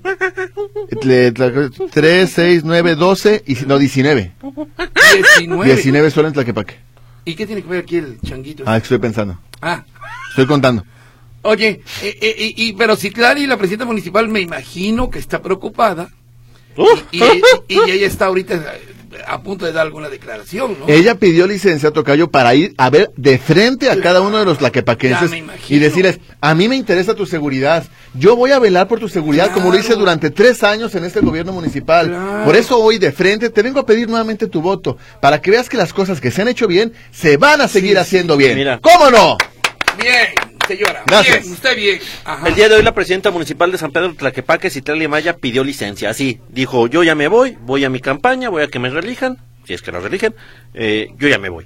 Speaker 2: 3, 6, 9, 12 y no, 19.
Speaker 3: libre. 19.
Speaker 2: 19 solo en Tlaquepaque.
Speaker 3: ¿Y qué tiene que ver aquí el changuito?
Speaker 2: Ah, que estoy pensando.
Speaker 3: ah.
Speaker 2: Estoy contando.
Speaker 3: Oye, eh, eh, y, y- pero Citlali, la presidenta municipal, me imagino que está preocupada. Y, y- y ella está ahorita eh, a, a punto de dar alguna declaración, ¿no?
Speaker 2: Ella pidió licencia a Tocayo para ir a ver de frente a cada uno de los
Speaker 3: Ya
Speaker 2: tlaquepaquenses
Speaker 3: me imagino.
Speaker 2: y decirles, a mí me interesa tu seguridad, yo voy a velar por tu seguridad como lo hice
Speaker 3: Claro.
Speaker 2: durante tres años en este gobierno municipal.
Speaker 3: Claro.
Speaker 2: Por eso hoy de frente te vengo a pedir nuevamente tu voto, para que veas que las cosas que se han hecho bien se van a seguir haciendo bien.
Speaker 4: Mira.
Speaker 2: ¿Cómo no?
Speaker 3: Bien, señora.
Speaker 2: Gracias.
Speaker 3: Bien, usted bien. Ajá.
Speaker 4: El día de hoy la presidenta municipal de San Pedro de Tlaquepaque, Citralia Maya, pidió licencia. Así, dijo, yo ya me voy, voy a mi campaña, voy a que me relijan, si es que la religen, eh, yo ya me voy.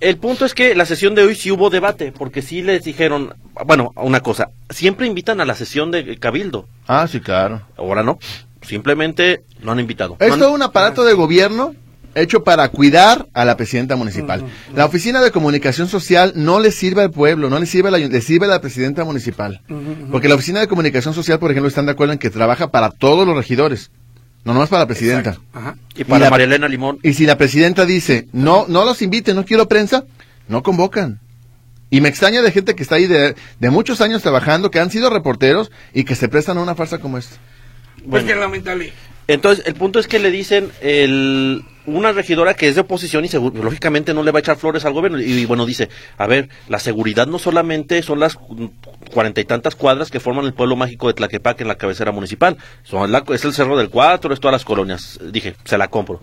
Speaker 4: El punto es que la sesión de hoy sí hubo debate, porque sí les dijeron, bueno, una cosa, siempre invitan a la sesión de Cabildo,
Speaker 2: Ah, sí, claro.
Speaker 4: ahora no, simplemente no han invitado.
Speaker 2: Es
Speaker 4: No han-
Speaker 2: todo un aparato de gobierno hecho para cuidar a la presidenta municipal. La oficina de comunicación social no le sirve al pueblo, no le sirve al ayun- le sirve a la presidenta municipal. Porque la oficina de comunicación social, por ejemplo, están de acuerdo en que trabaja para todos los regidores, no nomás para la presidenta.
Speaker 3: Exacto. Ajá.
Speaker 4: Y para
Speaker 2: y la-
Speaker 4: María Elena Limón,
Speaker 2: Y si la presidenta dice, no, no los invite, no quiero prensa, no convocan. Y me extraña de gente que está ahí de, de muchos años trabajando, que han sido reporteros y que se prestan a una farsa como esta.
Speaker 3: Pues
Speaker 4: Bueno.
Speaker 3: que lamentable.
Speaker 4: Entonces, el punto es que le dicen el, una regidora que es de oposición y segu- lógicamente no le va a echar flores al gobierno. Y, y bueno, dice, a ver, la seguridad no solamente son las cu- cuarenta y tantas cuadras que forman el pueblo mágico de Tlaquepaque en la cabecera municipal. Son la- es el Cerro del Cuatro, es todas las colonias. Dije, se la compro.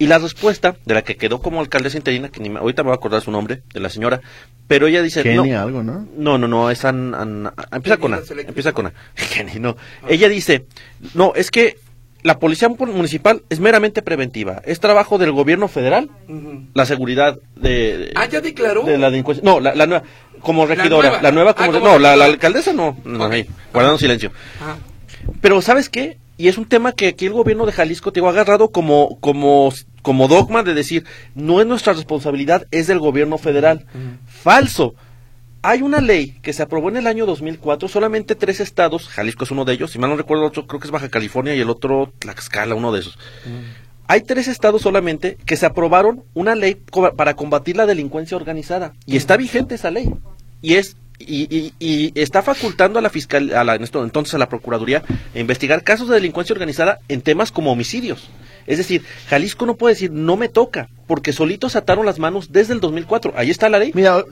Speaker 4: Y la respuesta de la que quedó como alcaldesa interina, que ni me- ahorita me voy a acordar su nombre, de la señora, pero ella dice... no.
Speaker 2: Kenny algo, ¿no?
Speaker 4: No, no, no, es an- an- a- empieza con A,
Speaker 3: Las eléctricas.
Speaker 4: empieza con A. [laughs] Jenny, no. Ella dice, no, es que la policía mu- municipal es meramente preventiva, es trabajo del gobierno federal,
Speaker 3: Ujú.
Speaker 4: la seguridad de...
Speaker 3: Ah, ya declaró.
Speaker 4: De la delincuencia. No, la, la nueva, como
Speaker 3: nueva.
Speaker 4: regidora, la nueva, como...
Speaker 3: Ah, como
Speaker 4: no, la, la
Speaker 3: regidora.
Speaker 4: alcaldesa no, no,
Speaker 3: Ok.
Speaker 4: ahí, guardando silencio.
Speaker 3: Ajá.
Speaker 4: Pero ¿sabes qué? Y es un tema que aquí el gobierno de Jalisco te digo, ha agarrado como, como, como dogma de decir, no es nuestra responsabilidad, es del gobierno federal. Falso. Hay una ley que se aprobó en el año 2004, solamente tres estados, Jalisco es uno de ellos, si mal no recuerdo, el otro creo que es Baja California y el otro Tlaxcala, uno de esos. Hay tres estados solamente que se aprobaron una ley co- para combatir la delincuencia organizada y está vigente esa ley y es y, y- y está facultando a la fiscal a la, en esto- entonces a la procuraduría a investigar casos de delincuencia organizada en temas como homicidios. Es decir, Jalisco no puede decir no me toca porque solitos ataron las manos desde el 2004. Ahí está la ley.
Speaker 2: Mira,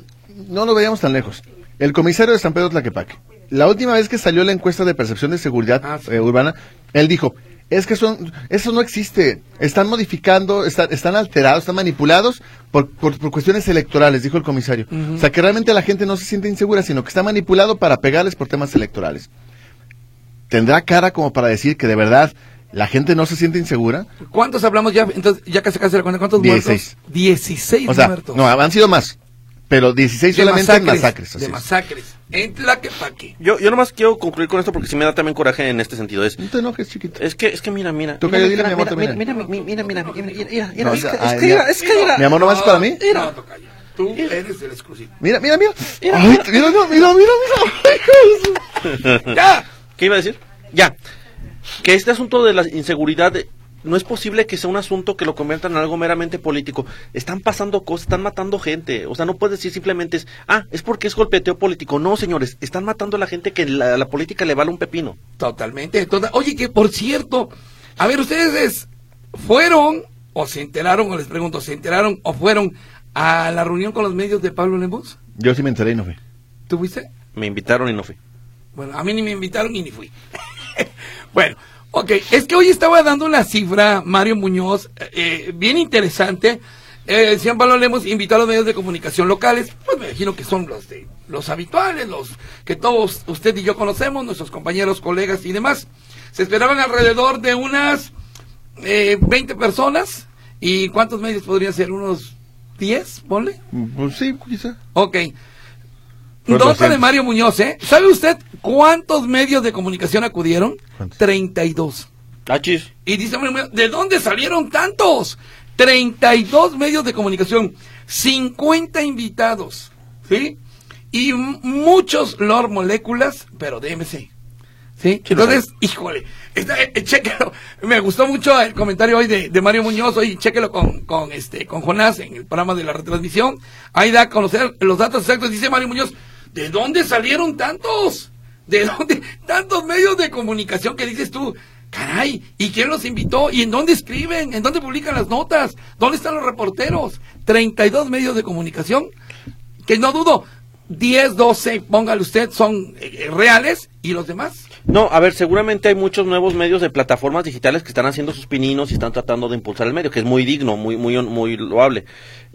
Speaker 2: no lo veíamos tan lejos. El comisario de San Pedro Tlaquepaque, la última vez que salió la encuesta de percepción de seguridad
Speaker 3: Ah, sí.
Speaker 2: eh, urbana, él dijo, es que son, eso no existe, están modificando, está- están alterados, están manipulados por, por- por cuestiones electorales, dijo el comisario. O sea, que realmente la gente no se siente insegura, sino que está manipulado para pegarles por temas electorales. ¿Tendrá cara como para decir que de verdad la gente no se siente insegura?
Speaker 3: ¿Cuántos hablamos ya? Entonces, ya casi casi la cuenta. ¿Cuántos
Speaker 2: Dieciséis.
Speaker 3: muertos? Dieciséis
Speaker 2: O sea,
Speaker 3: muertos.
Speaker 2: no, han sido más. Pero 16
Speaker 3: De
Speaker 2: solamente en masacres. así
Speaker 3: de
Speaker 2: es.
Speaker 3: masacres. En Tlaquepaque.
Speaker 4: Yo, yo nomás quiero concluir con esto porque sí me da también coraje en este sentido. Es,
Speaker 2: No te enojes, chiquito.
Speaker 4: es que, es que mira, mira.
Speaker 2: Tú
Speaker 4: mira,
Speaker 2: callo, dile,
Speaker 4: mira,
Speaker 2: mi amor,
Speaker 4: mira,
Speaker 2: también.
Speaker 4: mira, mira, mira, mira, mira, mira, mira, mira,
Speaker 2: No,
Speaker 4: es
Speaker 2: ya,
Speaker 4: que-
Speaker 2: ah,
Speaker 4: es que
Speaker 2: ya.
Speaker 4: mira, es que mira.
Speaker 2: Mi amor, ¿no más es para mí?
Speaker 4: Mira.
Speaker 3: Ah, No, tocayo. Tú eres el exclusivo.
Speaker 2: Mira, mira, mira. Ay, mira, mira, mira, mira, mira.
Speaker 3: ¡Ya!
Speaker 4: ¿Qué iba a decir? Ya. Que este asunto de la inseguridad eh, no es posible que sea un asunto que lo conviertan en algo meramente político. Están pasando cosas, están matando gente. O sea, no puedes decir simplemente es, ah, es porque es golpeteo político. No, señores, están matando a la gente que la, la política le vale un pepino.
Speaker 3: Totalmente. total- Oye, que por cierto, a ver, ustedes es- fueron o se enteraron, o les pregunto, ¿se enteraron o fueron a la reunión con los medios de Pablo Lemos?
Speaker 2: Yo sí me enteré y no fui.
Speaker 3: ¿Tú fuiste?
Speaker 4: Me invitaron y no fui.
Speaker 3: Bueno, a mí ni me invitaron y ni fui. [laughs] bueno, ok, es que hoy estaba dando una cifra, Mario Muñoz, eh, bien interesante. Eh, el señor Pablo Lemos invitó a los medios de comunicación locales, pues me imagino que son los de los habituales, los que todos usted y yo conocemos, nuestros compañeros, colegas y demás. Se esperaban alrededor de unas eh, 20 personas. ¿Y cuántos medios podrían ser? ¿Unos 10? Ponle.
Speaker 2: Pues sí, quizá.
Speaker 3: Ok.
Speaker 2: Fue
Speaker 3: Nota de
Speaker 2: reciente.
Speaker 3: Mario Muñoz, ¿eh? ¿Sabe usted cuántos medios de comunicación acudieron?
Speaker 2: ¿Cuántos?
Speaker 3: 32.
Speaker 4: Ah, chis.
Speaker 3: Y dice Mario Muñoz, ¿de dónde salieron tantos? 32 medios de comunicación, 50 invitados, ¿sí? Y m- muchos Lord Moléculas, pero de MC. ¿Sí?
Speaker 4: Sí, lo
Speaker 3: Entonces, híjole, está, eh, eh, chéquelo. [laughs] Me gustó mucho el comentario hoy de, de Mario Muñoz, hoy chéquelo con, con, este, con Jonás en el programa de la retransmisión. Ahí da a conocer los datos exactos. Dice Mario Muñoz, ¿de dónde salieron tantos? ¿De dónde? [laughs] Tantos medios de comunicación que dices tú, caray, ¿y quién los invitó? ¿Y en dónde escriben? ¿En dónde publican las notas? ¿Dónde están los reporteros? 32 medios de comunicación que no dudo, 10, 12, póngale usted, son eh, eh, reales y los demás.
Speaker 4: No, a ver, seguramente hay muchos nuevos medios de plataformas digitales que están haciendo sus pininos y están tratando de impulsar el medio, que es muy digno, muy muy muy loable.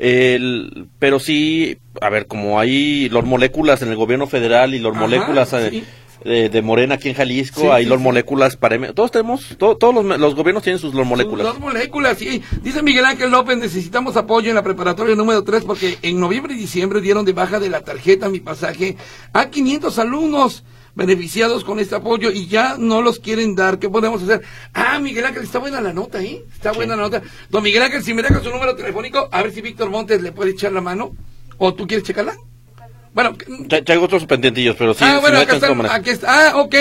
Speaker 4: El- pero sí, a ver, como hay los moléculas en el gobierno federal y los
Speaker 3: Ajá,
Speaker 4: moléculas eh,
Speaker 3: sí.
Speaker 4: de, de Morena aquí en Jalisco,
Speaker 3: Sí,
Speaker 4: hay
Speaker 3: sí,
Speaker 4: los
Speaker 3: sí.
Speaker 4: moléculas para... M- Todos tenemos, to- todos los, me- los gobiernos tienen sus los moléculas.
Speaker 3: Dos moléculas, sí. Dice Miguel Ángel López, necesitamos apoyo en la preparatoria número 3 porque en noviembre y diciembre dieron de baja de la tarjeta mi pasaje a 500 alumnos beneficiados con este apoyo y ya no los quieren dar. ¿Qué podemos hacer? Ah, Miguel Ángel, está buena la nota, ¿eh? Está buena la nota. Don Miguel Ángel, si me deja su número telefónico, a ver si Víctor Montes le puede echar la mano. ¿O tú quieres checarla? Bueno,
Speaker 4: Tra- Traigo otros pendientillos, pero sí,
Speaker 3: ah,
Speaker 4: sí
Speaker 3: bueno, acá
Speaker 4: me echan
Speaker 3: está,
Speaker 4: cámara.
Speaker 3: aquí está. Ah, ok.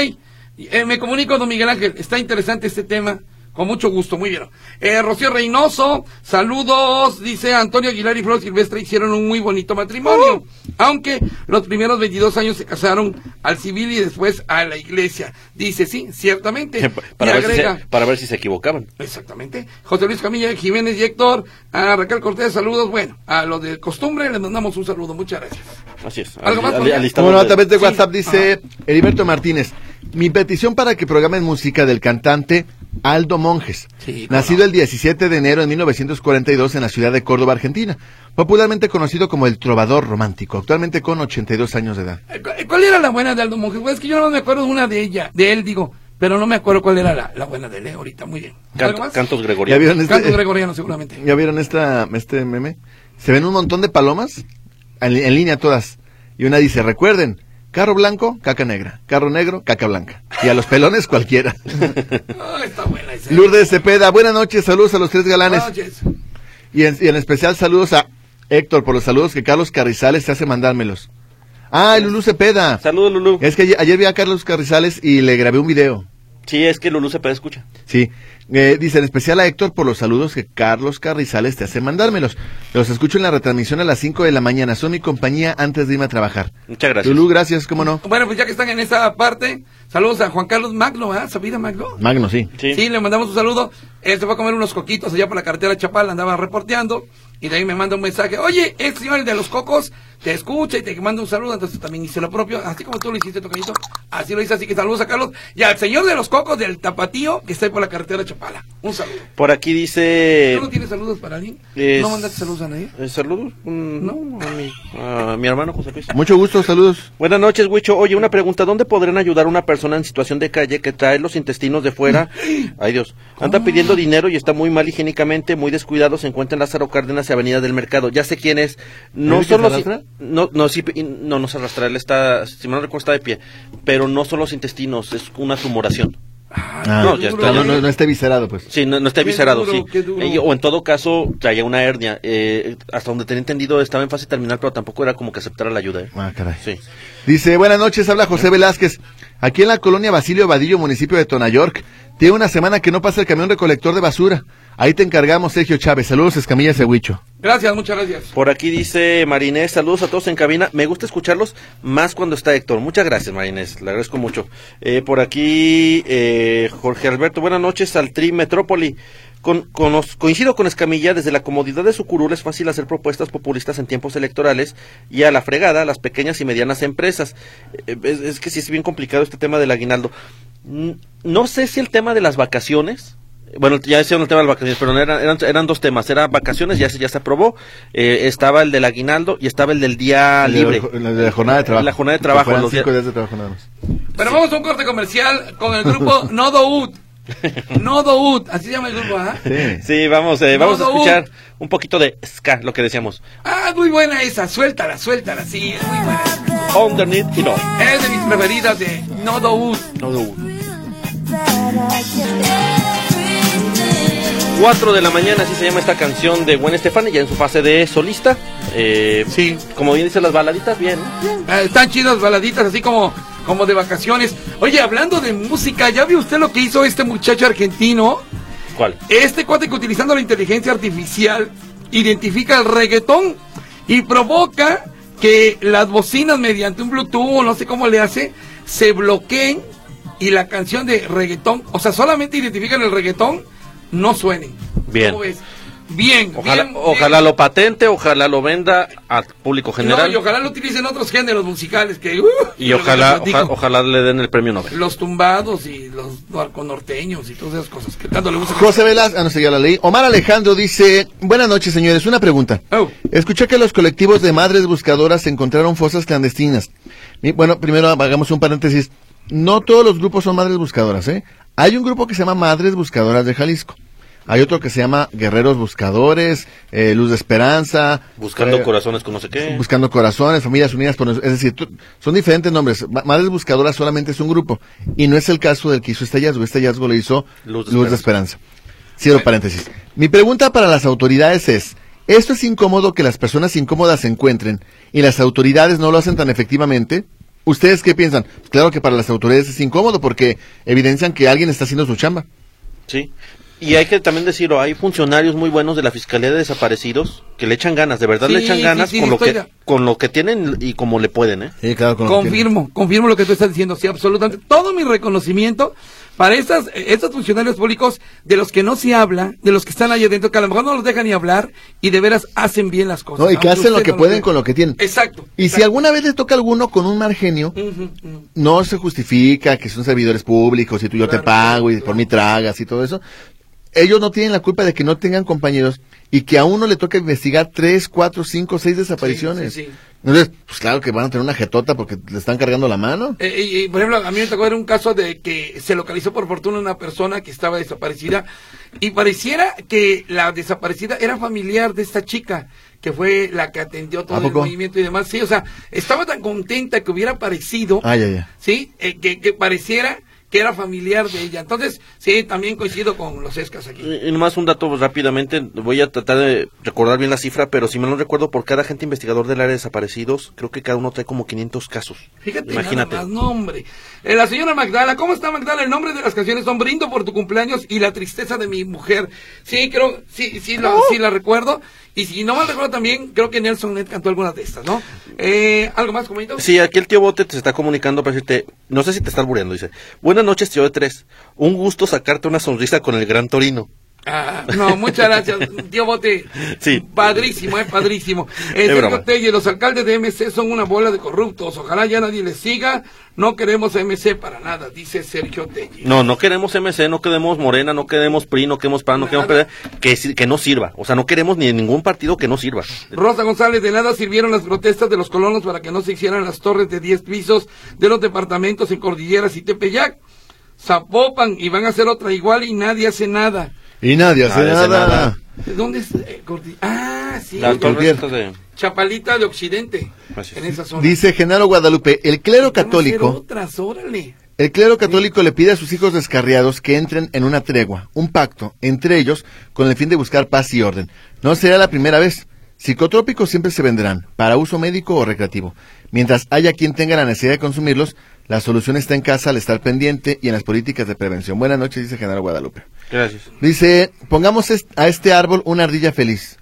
Speaker 3: Eh, me comunico, don Miguel Ángel. Está interesante este tema. Con mucho gusto, muy bien. Eh, Rocío Reynoso, saludos. Dice Antonio Aguilar y Flor Silvestre hicieron un muy bonito matrimonio. Aunque los primeros 22 años se casaron al civil y después a la iglesia. Dice, sí, ciertamente.
Speaker 4: [laughs] para,
Speaker 3: Y
Speaker 4: ver si
Speaker 3: agrega-
Speaker 4: se, para ver si se equivocaban.
Speaker 3: Exactamente. José Luis Camilla, Jiménez y Héctor, a Raquel Cortés, saludos. Bueno, a los de costumbre les mandamos un saludo. Muchas gracias.
Speaker 4: Así es.
Speaker 3: ¿Algo más,
Speaker 4: Al- al-
Speaker 3: Fabián?
Speaker 4: al listado
Speaker 2: Como
Speaker 4: de-
Speaker 2: nota de
Speaker 3: Sí,
Speaker 2: WhatsApp dice Heriberto Martínez, mi petición para que programen música del cantante Aldo Monjes,
Speaker 3: Sí, cómo
Speaker 2: nacido
Speaker 3: no.
Speaker 2: el 17 de enero de 1942 en la ciudad de Córdoba, Argentina, popularmente conocido como el trovador romántico, actualmente con 82 años de edad.
Speaker 3: ¿Cu- Eh, ¿Cuál era la buena de Aldo Monjes? Güey, Es que yo no me acuerdo de una de ella, de él, digo, pero no me acuerdo cuál era la, la buena de él eh, ahorita. Muy bien.
Speaker 4: Canto-
Speaker 3: ¿Algo más?
Speaker 4: cantos
Speaker 2: ¿Ya
Speaker 4: gregorianos.
Speaker 2: vieron
Speaker 3: Canto
Speaker 2: este,
Speaker 3: gregoriano, seguramente.
Speaker 2: ¿ya vieron esta, este meme? Se ven un montón de palomas en, en línea todas y una dice, recuerden, carro blanco, caca negra, carro negro, caca blanca y a los pelones
Speaker 3: [laughs]
Speaker 2: cualquiera.
Speaker 3: Ah, está buena esa. Ah,
Speaker 2: Lourdes Cepeda, buenas noches, saludos a los tres galanes.
Speaker 3: Buenas noches.
Speaker 2: Y en, y en especial saludos a Héctor por los saludos que Carlos Carrizales te hace mandármelos. Ah, Lulú Cepeda.
Speaker 4: Saludos, Lulú.
Speaker 2: Es que ayer, ayer vi a Carlos Carrizales y le grabé un video.
Speaker 4: Sí, es que Lulú se puede escuchar.
Speaker 2: Sí. Eh, dice en especial a Héctor por los saludos que Carlos Carrizales te hace mandármelos. Los escucho en la retransmisión a las 5 de la mañana. Son mi compañía antes de irme a trabajar.
Speaker 4: Muchas gracias.
Speaker 2: Lulú, gracias, cómo no.
Speaker 3: Bueno, pues ya que están en esa parte, saludos a Juan Carlos Magno, ¿ah? ¿Sabida Magno?
Speaker 2: Magno, sí.
Speaker 4: Sí.
Speaker 3: Sí, le mandamos un saludo. Él se fue a comer unos coquitos allá por la carretera Chapala, andaba reporteando. Y de ahí me manda un mensaje. Oye, el señor el de los cocos te escucha y te manda un saludo. Entonces también hice lo propio. Así como tú lo hiciste, tocadito. Así lo hice. Así que saludos a Carlos. Y al señor de los cocos del Tapatío que está ahí por la carretera Chapala. Un saludo.
Speaker 4: Por aquí dice...
Speaker 3: ¿Tú no tienes saludos para alguien?
Speaker 4: Eh, Es-
Speaker 3: ¿No mandaste saludos a nadie?
Speaker 4: eh, saludos. Mm, no, a mi, a mi hermano José Luis.
Speaker 2: Mucho gusto, saludos.
Speaker 4: Buenas noches, Huicho. Oye, una pregunta. ¿Dónde podrían ayudar a una persona en situación de calle que trae los intestinos
Speaker 3: [gasps]
Speaker 4: de
Speaker 3: Ah.
Speaker 4: fuera? Ay, Dios. Anda pidiendo dinero y está muy mal higiénicamente, muy descuidado. Se encuentra en Lázaro Cárdenas 14 Avenida del Mercado. Ya sé quién es. No
Speaker 2: ¿Él que
Speaker 4: son
Speaker 2: se
Speaker 4: los-
Speaker 2: arrastra?
Speaker 4: No, no, sí, y no nos arrastra. Él está, si mal no recuerdo, está de pie. Pero no son los intestinos, es una tumoración. no, ya está,
Speaker 2: Ah, No,
Speaker 4: ya-
Speaker 2: no, no está viscerado, pues.
Speaker 4: Sí, no, no está
Speaker 3: Qué
Speaker 4: viscerado,
Speaker 3: duro,
Speaker 4: sí.
Speaker 3: qué duro.
Speaker 4: Eh, o en todo caso, traía una hernia. Eh, hasta donde tenía entendido, estaba en fase terminal, pero tampoco era como que aceptara la ayuda. eh.
Speaker 2: Ah, caray.
Speaker 4: Sí.
Speaker 2: Dice, buenas noches, habla José Velázquez. Aquí en la colonia Basilio Vadillo, municipio de Tonayork, tiene una semana que no pasa el camión recolector de basura. Ahí te encargamos, Sergio Chávez. Saludos, Escamilla Cehuicho.
Speaker 3: Gracias, muchas gracias.
Speaker 4: Por aquí dice Marinés, saludos a todos en cabina. Me gusta escucharlos más cuando está Héctor. Muchas gracias, Marinés, le agradezco mucho. Eh, por aquí, eh, Jorge Alberto, buenas noches al Tri Metrópoli. Con, conos- coincido con Escamilla, desde la comodidad de su curul es fácil hacer propuestas populistas en tiempos electorales y a la fregada las pequeñas y medianas empresas. Eh, es, es que sí es bien complicado este tema del aguinaldo. Mm, No sé si el tema de las vacaciones, bueno, ya decían el tema de las vacaciones, pero no eran, eran, eran dos temas. Eran vacaciones, ya se, ya se aprobó. eh, estaba el del aguinaldo y estaba el del día Ah, libre.
Speaker 2: De la, de la jornada de trabajo.
Speaker 4: La jornada de trabajo,
Speaker 2: Fueran
Speaker 4: los días-
Speaker 2: cinco días de trabajo nada más.
Speaker 3: Pero vamos a un corte comercial con el
Speaker 4: [laughs]
Speaker 3: grupo Nodo Ud. Nodo Ud, así se llama el grupo, ¿ah?
Speaker 2: Sí.
Speaker 4: Sí, vamos, eh,
Speaker 3: No,
Speaker 4: vamos a
Speaker 3: no.
Speaker 4: escuchar un poquito de ska, lo que decíamos.
Speaker 3: Ah, muy buena esa, suéltala, suéltala, sí, es muy buena.
Speaker 4: Underneath y no.
Speaker 3: Es de mis preferidas de Nodo Ud.
Speaker 4: No, no. 4 de la mañana, así se llama esta canción de Gwen Stefani, ya en su fase de solista. Eh,
Speaker 3: Sí.
Speaker 4: Como bien dicen las baladitas, bien. ¿no?
Speaker 3: Ah, Están chidas baladitas, así como, como de vacaciones. Oye, hablando de música, ¿ya vio usted lo que hizo este muchacho argentino?
Speaker 4: ¿Cuál?
Speaker 3: Este cuate que utilizando la inteligencia artificial identifica el reggaetón y provoca que las bocinas mediante un Bluetooth o no sé cómo le hace, se bloqueen y la canción de reggaetón, o sea, solamente identifican el reggaetón, no suenen.
Speaker 4: Bien.
Speaker 3: ¿Cómo ves? Bien.
Speaker 4: Ojalá,
Speaker 3: bien,
Speaker 4: ojalá
Speaker 3: bien.
Speaker 4: lo patente, ojalá lo venda al público general.
Speaker 3: No, y ojalá lo utilicen otros géneros musicales que... uh,
Speaker 4: Y
Speaker 3: lo que
Speaker 4: ojalá,
Speaker 3: te platico.
Speaker 4: oja- ojalá le den el premio Nobel.
Speaker 3: Los tumbados y los norteños y todas esas cosas que tanto le gustan.
Speaker 2: José Velas, ah, no sé, ya la leí. Omar Alejandro dice, buenas noches, señores. Una pregunta.
Speaker 3: Oh.
Speaker 2: Escuché que los colectivos de madres buscadoras encontraron fosas clandestinas. Mi- Bueno, primero hagamos un paréntesis. No todos los grupos son madres buscadoras, ¿eh? Hay un grupo que se llama Madres Buscadoras de Jalisco. Hay otro que se llama Guerreros Buscadores, eh, Luz de Esperanza.
Speaker 4: Buscando
Speaker 2: eh,
Speaker 4: corazones con no sé qué.
Speaker 2: Buscando Corazones, Familias Unidas. por- Es decir, tú- son diferentes nombres. Ma- Madres Buscadoras solamente es un grupo. Y no es el caso del que hizo este hallazgo. Este hallazgo lo hizo
Speaker 4: Luz
Speaker 2: Luz
Speaker 4: de
Speaker 2: de Esperanza. Cierro paréntesis. Mi pregunta para las autoridades es, ¿esto es incómodo que las personas incómodas se encuentren y las autoridades no lo hacen tan efectivamente? ¿Ustedes qué piensan? Pues Claro que para las autoridades es incómodo porque evidencian que alguien está haciendo su chamba.
Speaker 4: Sí. Y hay que también decirlo, hay funcionarios muy buenos de la Fiscalía de Desaparecidos que le echan ganas, de verdad le
Speaker 3: Sí,
Speaker 4: echan
Speaker 3: sí,
Speaker 4: ganas
Speaker 3: sí,
Speaker 4: con lo
Speaker 3: estoy
Speaker 4: que
Speaker 3: de-
Speaker 4: con lo que tienen y como le pueden, ¿eh?
Speaker 2: Sí, claro.
Speaker 3: Confirmo, confirmo lo que tú estás diciendo, sí, absolutamente. Todo mi reconocimiento para estas, eh, estos funcionarios públicos de los que no se habla, de los que están ahí adentro, que a lo mejor no los dejan ni hablar y de veras hacen bien las
Speaker 2: No,
Speaker 3: cosas.
Speaker 2: y que
Speaker 3: Aunque
Speaker 2: hacen lo
Speaker 3: usted
Speaker 2: que
Speaker 3: no
Speaker 2: pueden
Speaker 3: vea.
Speaker 2: con lo que tienen.
Speaker 3: Exacto.
Speaker 2: Y si
Speaker 3: exacto.
Speaker 2: alguna vez le toca a alguno con un mal genio,
Speaker 3: Ujú, ujú.
Speaker 2: no se justifica que son servidores públicos y tú yo
Speaker 3: Claro,
Speaker 2: te pago y
Speaker 3: claro.
Speaker 2: por mí tragas y todo eso. Ellos no tienen la culpa de que no tengan compañeros y que a uno le toque investigar tres, cuatro, cinco, seis desapariciones.
Speaker 3: Sí, sí, sí.
Speaker 2: Entonces, pues claro que van a tener una jetota porque le están cargando la mano.
Speaker 3: Eh, y- y, por ejemplo, a mí me tocó ver un caso de que se localizó por fortuna una persona que estaba desaparecida y pareciera que la desaparecida era familiar de esta chica que fue la que atendió todo
Speaker 2: ¿A
Speaker 3: el
Speaker 2: poco?
Speaker 3: movimiento y demás. Sí, o sea, estaba tan contenta que hubiera aparecido,
Speaker 2: Ay, ay, ay.
Speaker 3: sí, Eh, que, que pareciera que era familiar de ella. Entonces, sí, también coincido con los escas aquí.
Speaker 4: Y y nomás un dato pues, rápidamente, voy a tratar de recordar bien la cifra, pero si mal no recuerdo, por cada agente investigador del área de desaparecidos, creo que cada uno trae como 500 casos.
Speaker 3: Fíjate,
Speaker 4: Imagínate.
Speaker 3: nada más, no, hombre. Eh, la señora Magdala, ¿cómo está Magdala? El nombre de las canciones son Brindo por tu cumpleaños y La tristeza de mi mujer. Sí, creo, sí, sí, la, sí la recuerdo. Y si no mal recuerdo también, creo que Nelson Net cantó algunas de estas, ¿no? Eh, ¿Algo más, comento?
Speaker 4: Sí, aquí el tío Bote te está comunicando para decirte, no sé si te está albureando, dice, buenas noches tío de tres, un gusto sacarte una sonrisa con el gran Torino.
Speaker 3: Ah, no, muchas gracias, tío Bote.
Speaker 4: Sí.
Speaker 3: Padrísimo, es padrísimo.
Speaker 4: Es
Speaker 3: Eh,
Speaker 4: broma.
Speaker 3: Sergio Telle, los alcaldes de MC son una bola de corruptos. Ojalá ya nadie les siga. No queremos a MC para nada, dice Sergio Telle.
Speaker 4: No, no queremos MC, no queremos Morena, no queremos PRI, no queremos PAN, no queremos
Speaker 3: Nada.
Speaker 4: PD, que, si- que no sirva. O sea, no queremos ni ningún partido que no sirva.
Speaker 3: Rosa González, de nada sirvieron las protestas de los colonos para que no se hicieran las torres de 10 pisos de los departamentos en Cordilleras y Tepeyac. Zapopan y van a hacer otra igual y nadie hace nada.
Speaker 2: Y nadie hace
Speaker 4: Nadie hace
Speaker 2: nada.
Speaker 4: nada.
Speaker 3: ¿De ¿Dónde es? eh, Cordi- ah, Ah, sí.
Speaker 4: Las torres
Speaker 2: Cloutier.
Speaker 4: estas de...
Speaker 3: Chapalita de Occidente.
Speaker 4: Así es.
Speaker 3: En esa zona.
Speaker 2: Dice Genaro Guadalupe, el clero
Speaker 3: Van a hacer
Speaker 2: católico,
Speaker 3: Otras, órale.
Speaker 2: el clero católico le pide a sus hijos descarriados que entren en una tregua, un pacto entre ellos con el fin de buscar paz y orden. No será la primera vez. Psicotrópicos siempre se venderán para uso médico o recreativo. Mientras haya quien tenga la necesidad de consumirlos, la solución está en casa al estar pendiente y en las políticas de prevención. Buenas noches, dice Genaro Guadalupe.
Speaker 4: Gracias.
Speaker 2: Dice, pongamos est- a este árbol una ardilla feliz.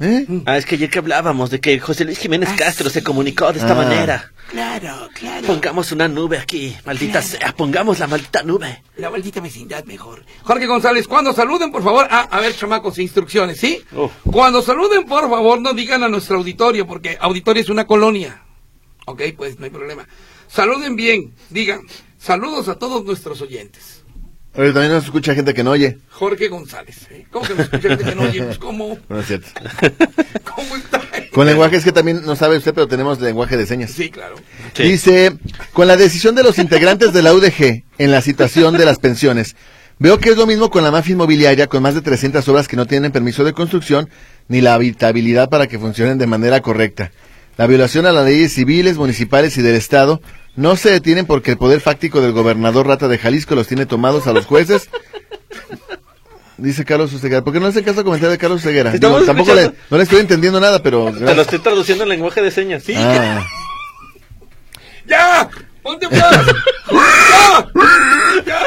Speaker 2: ¿Eh?
Speaker 4: Ah, es que ayer que hablábamos de que José Luis Jiménez Castro se comunicó de esta
Speaker 2: Ah.
Speaker 4: manera.
Speaker 3: Claro, claro.
Speaker 4: Pongamos una nube aquí, maldita sea, pongamos la maldita nube.
Speaker 3: La maldita vecindad mejor. Jorge González, cuando saluden, por favor. Ah, a ver, chamacos, instrucciones, ¿sí?
Speaker 4: Uf.
Speaker 3: Cuando saluden, por favor, no digan a nuestro auditorio, porque auditorio es una colonia. Ok, pues no hay problema. Saluden bien, digan. Saludos a todos nuestros oyentes.
Speaker 2: Oye, también nos escucha gente que no oye.
Speaker 3: Jorge González. ¿eh? ¿Cómo que nos escucha gente que no oye? Pues, ¿Cómo?
Speaker 2: No es cierto.
Speaker 3: ¿Cómo está?
Speaker 2: Con lenguajes que también no sabe usted, pero tenemos lenguaje de señas.
Speaker 3: Sí, claro.
Speaker 4: Sí.
Speaker 2: Dice, con la decisión de los integrantes de la UDG en la situación de las pensiones, veo que es lo mismo con la mafia inmobiliaria, con más de 300 obras que no tienen permiso de construcción ni la habitabilidad para que funcionen de manera correcta. La violación a las leyes civiles, municipales y del Estado no se detienen porque el poder fáctico del gobernador Rata de Jalisco los tiene tomados a los jueces. [laughs] Dice Carlos Oseguera. ¿Por qué no hace caso al comentario de Carlos Oseguera?
Speaker 4: Te estamos
Speaker 2: Digo, tampoco le,
Speaker 4: escuchando.
Speaker 2: no le estoy entendiendo nada, pero...
Speaker 4: Te lo estoy traduciendo en lenguaje de señas. Sí.
Speaker 2: Ah.
Speaker 3: ¡Ya! ¡Ponte más! ¡Ya! ¡Ya!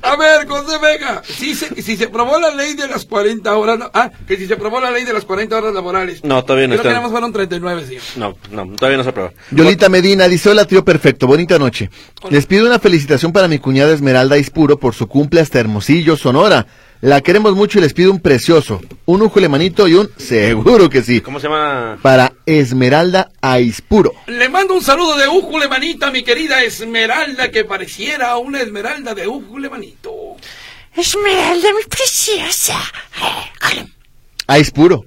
Speaker 3: A ver, José Vega, si se, si se aprobó la ley de las 40 horas, no- ah, que si se aprobó la ley de las 40 horas laborales.
Speaker 4: No, todavía no
Speaker 3: Creo que
Speaker 4: está.
Speaker 3: nada más fueron 39, señor.
Speaker 4: No, no, todavía no se aprueba.
Speaker 2: Yolita Medina dice, hola tío perfecto, bonita noche. Les pido una felicitación para mi cuñada Esmeralda Ispuro por su cumple hasta Hermosillo, Sonora. La queremos mucho y les pido un precioso, un ujo manito y un [laughs] seguro que sí,
Speaker 4: ¿Cómo se llama?
Speaker 2: para Esmeralda Aispuro.
Speaker 3: Le mando un saludo de Újule Manito a mi querida Esmeralda, que pareciera una Esmeralda de Újule Manito.
Speaker 5: Esmeralda, mi preciosa.
Speaker 2: Aispuro.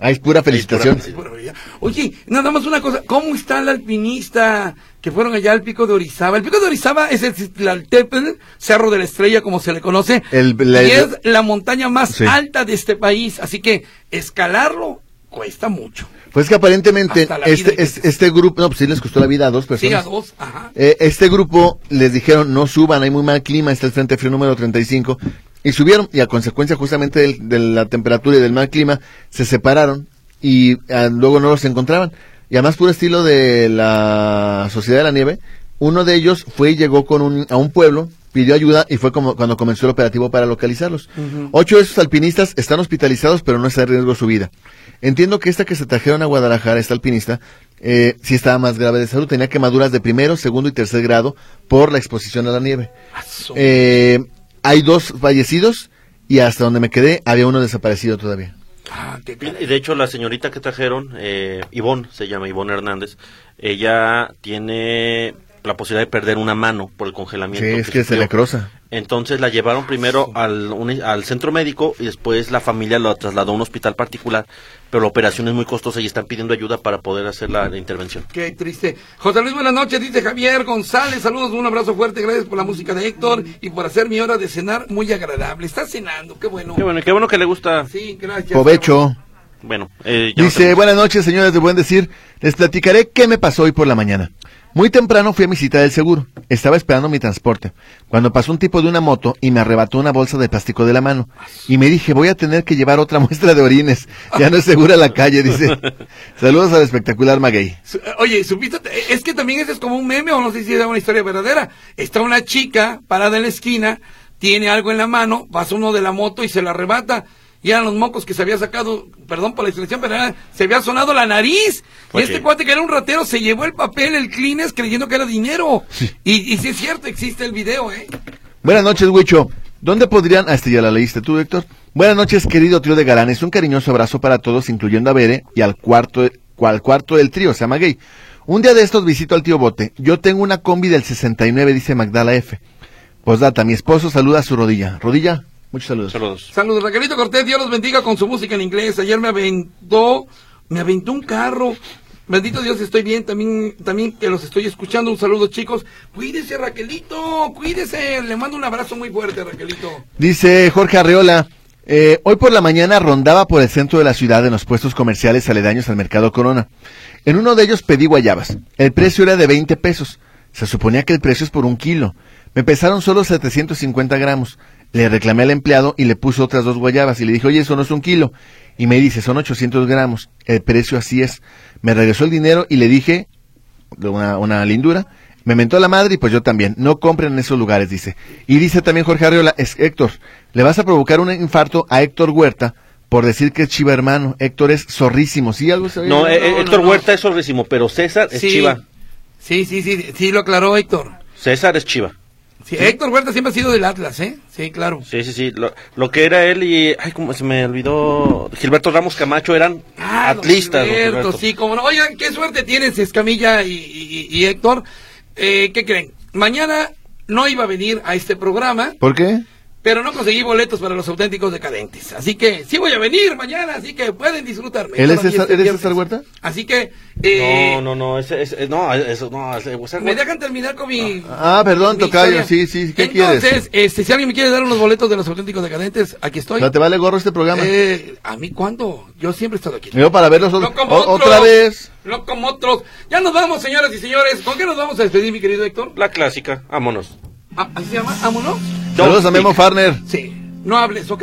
Speaker 2: Aispura felicitación.
Speaker 4: Aispura,
Speaker 3: Bueno, ya. Oye, nada más una cosa, ¿cómo está el alpinista que fueron allá al pico de Orizaba? El pico de Orizaba es el Citlaltépetl, Cerro de la Estrella, como se le conoce,
Speaker 2: El- la-
Speaker 3: y es la montaña más
Speaker 2: Sí.
Speaker 3: alta de este país, así que escalarlo cuesta mucho.
Speaker 2: Pues que aparentemente
Speaker 3: Hasta la vida
Speaker 2: este,
Speaker 3: hay
Speaker 2: es-
Speaker 3: veces.
Speaker 2: este grupo, no, pues sí les costó la vida a dos
Speaker 3: Sí, a
Speaker 2: personas.
Speaker 3: dos, ajá.
Speaker 2: Eh, este grupo les dijeron no suban, hay muy mal clima, está el Frente Frío número 35. Y subieron y a consecuencia justamente del- de la temperatura y del mal clima se separaron y ah, luego no los encontraban. Y además puro estilo de la Sociedad de la Nieve, uno de ellos fue y llegó con un, a un pueblo, pidió ayuda y fue como cuando comenzó el operativo para localizarlos. Ocho de esos alpinistas están hospitalizados pero no está en riesgo su vida. Entiendo que esta que se trajeron a Guadalajara, esta alpinista, eh, sí estaba más grave de salud, tenía quemaduras de primero, segundo y tercer grado por la exposición a la nieve.
Speaker 3: Aso.
Speaker 2: Eh, hay dos fallecidos y hasta donde me quedé había uno desaparecido todavía.
Speaker 3: Ah, qué
Speaker 4: Y
Speaker 3: cara.
Speaker 4: De hecho, la señorita que trajeron, eh, Ivonne, se llama Ivonne Hernández, ella tiene la posibilidad de perder una mano por el
Speaker 2: Sí,
Speaker 4: congelamiento.
Speaker 2: es que se
Speaker 4: sufrió.
Speaker 2: le cruza.
Speaker 4: Entonces la llevaron primero al, un- al centro médico y después la familia la trasladó a un hospital particular, pero la operación es muy costosa y están pidiendo ayuda para poder hacer la, la intervención.
Speaker 3: Qué triste. José Luis, buenas noches, dice Javier González. Saludos, un abrazo fuerte. Gracias por la música de Héctor y por hacer mi hora de cenar muy agradable. Está cenando, qué bueno.
Speaker 4: Qué bueno, qué bueno que le gusta.
Speaker 3: Sí, gracias.
Speaker 2: Provecho.
Speaker 4: Bueno, eh, ya no
Speaker 2: Dice,
Speaker 4: tenemos-
Speaker 2: buenas noches, señores de Buen Decir. Les platicaré qué me pasó hoy por la mañana. Muy temprano fui a mi cita del seguro. Estaba esperando mi transporte. Cuando pasó un tipo de una moto y me arrebató una bolsa de plástico de la mano. Y me dije, voy a tener que llevar otra [laughs] muestra de orines. Ya no es segura la calle, dice. Saludos al espectacular Maguey.
Speaker 3: Su- Oye, supiste, es que también ese es como un meme o no sé si es una historia verdadera. Está una chica parada en la esquina, tiene algo en la mano, pasa uno de la moto y se la arrebata. Y eran los mocos que se había sacado, perdón por la expresión, pero era- se había sonado la nariz.
Speaker 4: Pues
Speaker 3: y este
Speaker 4: sí.
Speaker 3: cuate que era un ratero se llevó el papel, el clines, creyendo que era dinero. Y, y sí es cierto, existe el video, ¿eh?
Speaker 2: Buenas noches, Huicho. ¿Dónde podrían.? Ah, este ya la leíste tú, Héctor. Buenas noches, querido trío de galanes. Un cariñoso abrazo para todos, incluyendo a Bere y al cuarto, al cuarto del trío, se llama Gay. Un día de estos visito al tío Bote. Yo tengo una combi del 69, dice Magdala F. Posdata, mi esposo saluda a su rodilla. Rodilla, muchos saludos.
Speaker 4: saludos.
Speaker 3: Saludos, Raquelito Cortés, Dios los bendiga con su música en inglés. Ayer me aventó, me aventó un carro. Bendito Dios, estoy bien, también, también que los estoy escuchando. Un saludo, chicos. Cuídese, Raquelito, cuídese. Le mando un abrazo muy fuerte, Raquelito.
Speaker 2: Dice Jorge Arreola. Eh, hoy por la mañana rondaba por el centro de la ciudad en los puestos comerciales aledaños al mercado Corona. En uno de ellos pedí guayabas. El precio era de 20 pesos. Se suponía que el precio es por un kilo. Me pesaron solo 750 gramos. Le reclamé al empleado y le puse otras dos guayabas y le dije, oye, eso no es un kilo. Y me dice, son 800 gramos. El precio así es. Me regresó el dinero y le dije, de una, una lindura. Me mentó la madre y pues yo también. No compren en esos lugares, dice. Y dice también Jorge Arriola, es Héctor, le vas a provocar un infarto a Héctor Huerta por decir que es chiva hermano. Héctor es zorrísimo, ¿sí? Algo se oye?
Speaker 4: No, eh, eh,
Speaker 3: no,
Speaker 4: Héctor
Speaker 3: no.
Speaker 4: Huerta es zorrísimo, pero César es
Speaker 3: Sí.
Speaker 4: chiva.
Speaker 3: Sí, sí, sí, sí, lo aclaró Héctor.
Speaker 4: César es chiva.
Speaker 3: Sí, Héctor Huerta siempre ha sido del Atlas, ¿eh? Sí, claro.
Speaker 4: Sí, sí, sí. Lo, lo que era él y. Ay, como se me olvidó. Gilberto Ramos Camacho eran
Speaker 3: Ah, don
Speaker 4: atlistas. don
Speaker 3: Gilberto,
Speaker 4: Gilberto.
Speaker 3: sí, como no. Oigan, qué suerte tienes, Escamilla y, y- y Héctor. Eh, ¿Qué creen? Mañana no iba a venir a este programa,
Speaker 2: ¿Por qué?
Speaker 3: pero no conseguí boletos para los auténticos decadentes. Así que sí voy a venir mañana, así que pueden disfrutarme.
Speaker 2: ¿Él es
Speaker 3: Todavía
Speaker 2: César-
Speaker 3: este
Speaker 2: eres
Speaker 3: viernes.
Speaker 2: César Huerta?
Speaker 3: Así que. eh,
Speaker 4: No, no, no. Ese, ese- no, eso, no. ese- o sea,
Speaker 3: Me dejan terminar con mi.
Speaker 2: Ah, perdón,
Speaker 3: mi
Speaker 2: tocayo,
Speaker 3: historia.
Speaker 2: sí, sí, ¿qué
Speaker 3: Entonces, este, si alguien me quiere dar unos boletos de los auténticos decadentes, aquí estoy.
Speaker 2: ¿No te vale gorro este programa?
Speaker 3: Eh, ¿A mí cuándo? Yo siempre he estado aquí.
Speaker 2: Yo para verlos
Speaker 3: No como otros.
Speaker 2: otra vez.
Speaker 3: No como otros. Ya nos vamos, señoras y señores. ¿Con qué nos vamos a despedir, mi querido Héctor?
Speaker 4: La clásica. Vámonos.
Speaker 3: Ah, ¿Así se llama? ¿Vámonos?
Speaker 2: Saludos a
Speaker 4: Don't
Speaker 2: Memo
Speaker 4: speak.
Speaker 2: Farner.
Speaker 3: Sí. No hables, ¿ok?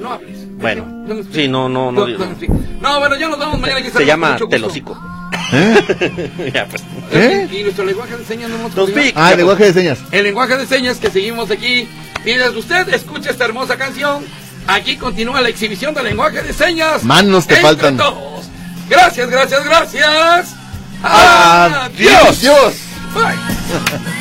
Speaker 3: No hables.
Speaker 4: Bueno.
Speaker 3: Don't speak.
Speaker 4: Sí, no, no, no
Speaker 3: Don't-
Speaker 4: digo.
Speaker 3: don't speak. No, bueno, ya nos vamos mañana. aquí estaremos
Speaker 4: Se
Speaker 3: con
Speaker 4: llama
Speaker 3: mucho gusto.
Speaker 4: Telocico. [laughs] ya, pues.
Speaker 2: ¿Eh?
Speaker 3: Y nuestro lenguaje de señas no hemos
Speaker 4: Don't
Speaker 3: continuado.
Speaker 4: speak.
Speaker 2: Ah, lenguaje de señas.
Speaker 3: El lenguaje de señas que seguimos aquí. Mientras usted escucha esta hermosa canción, aquí continúa la exhibición del lenguaje de señas.
Speaker 2: Manos te
Speaker 3: Entre
Speaker 2: faltan.
Speaker 3: todos. Ah,
Speaker 2: Ah,
Speaker 3: Gracias, gracias, gracias.
Speaker 2: Adiós.
Speaker 3: Bye.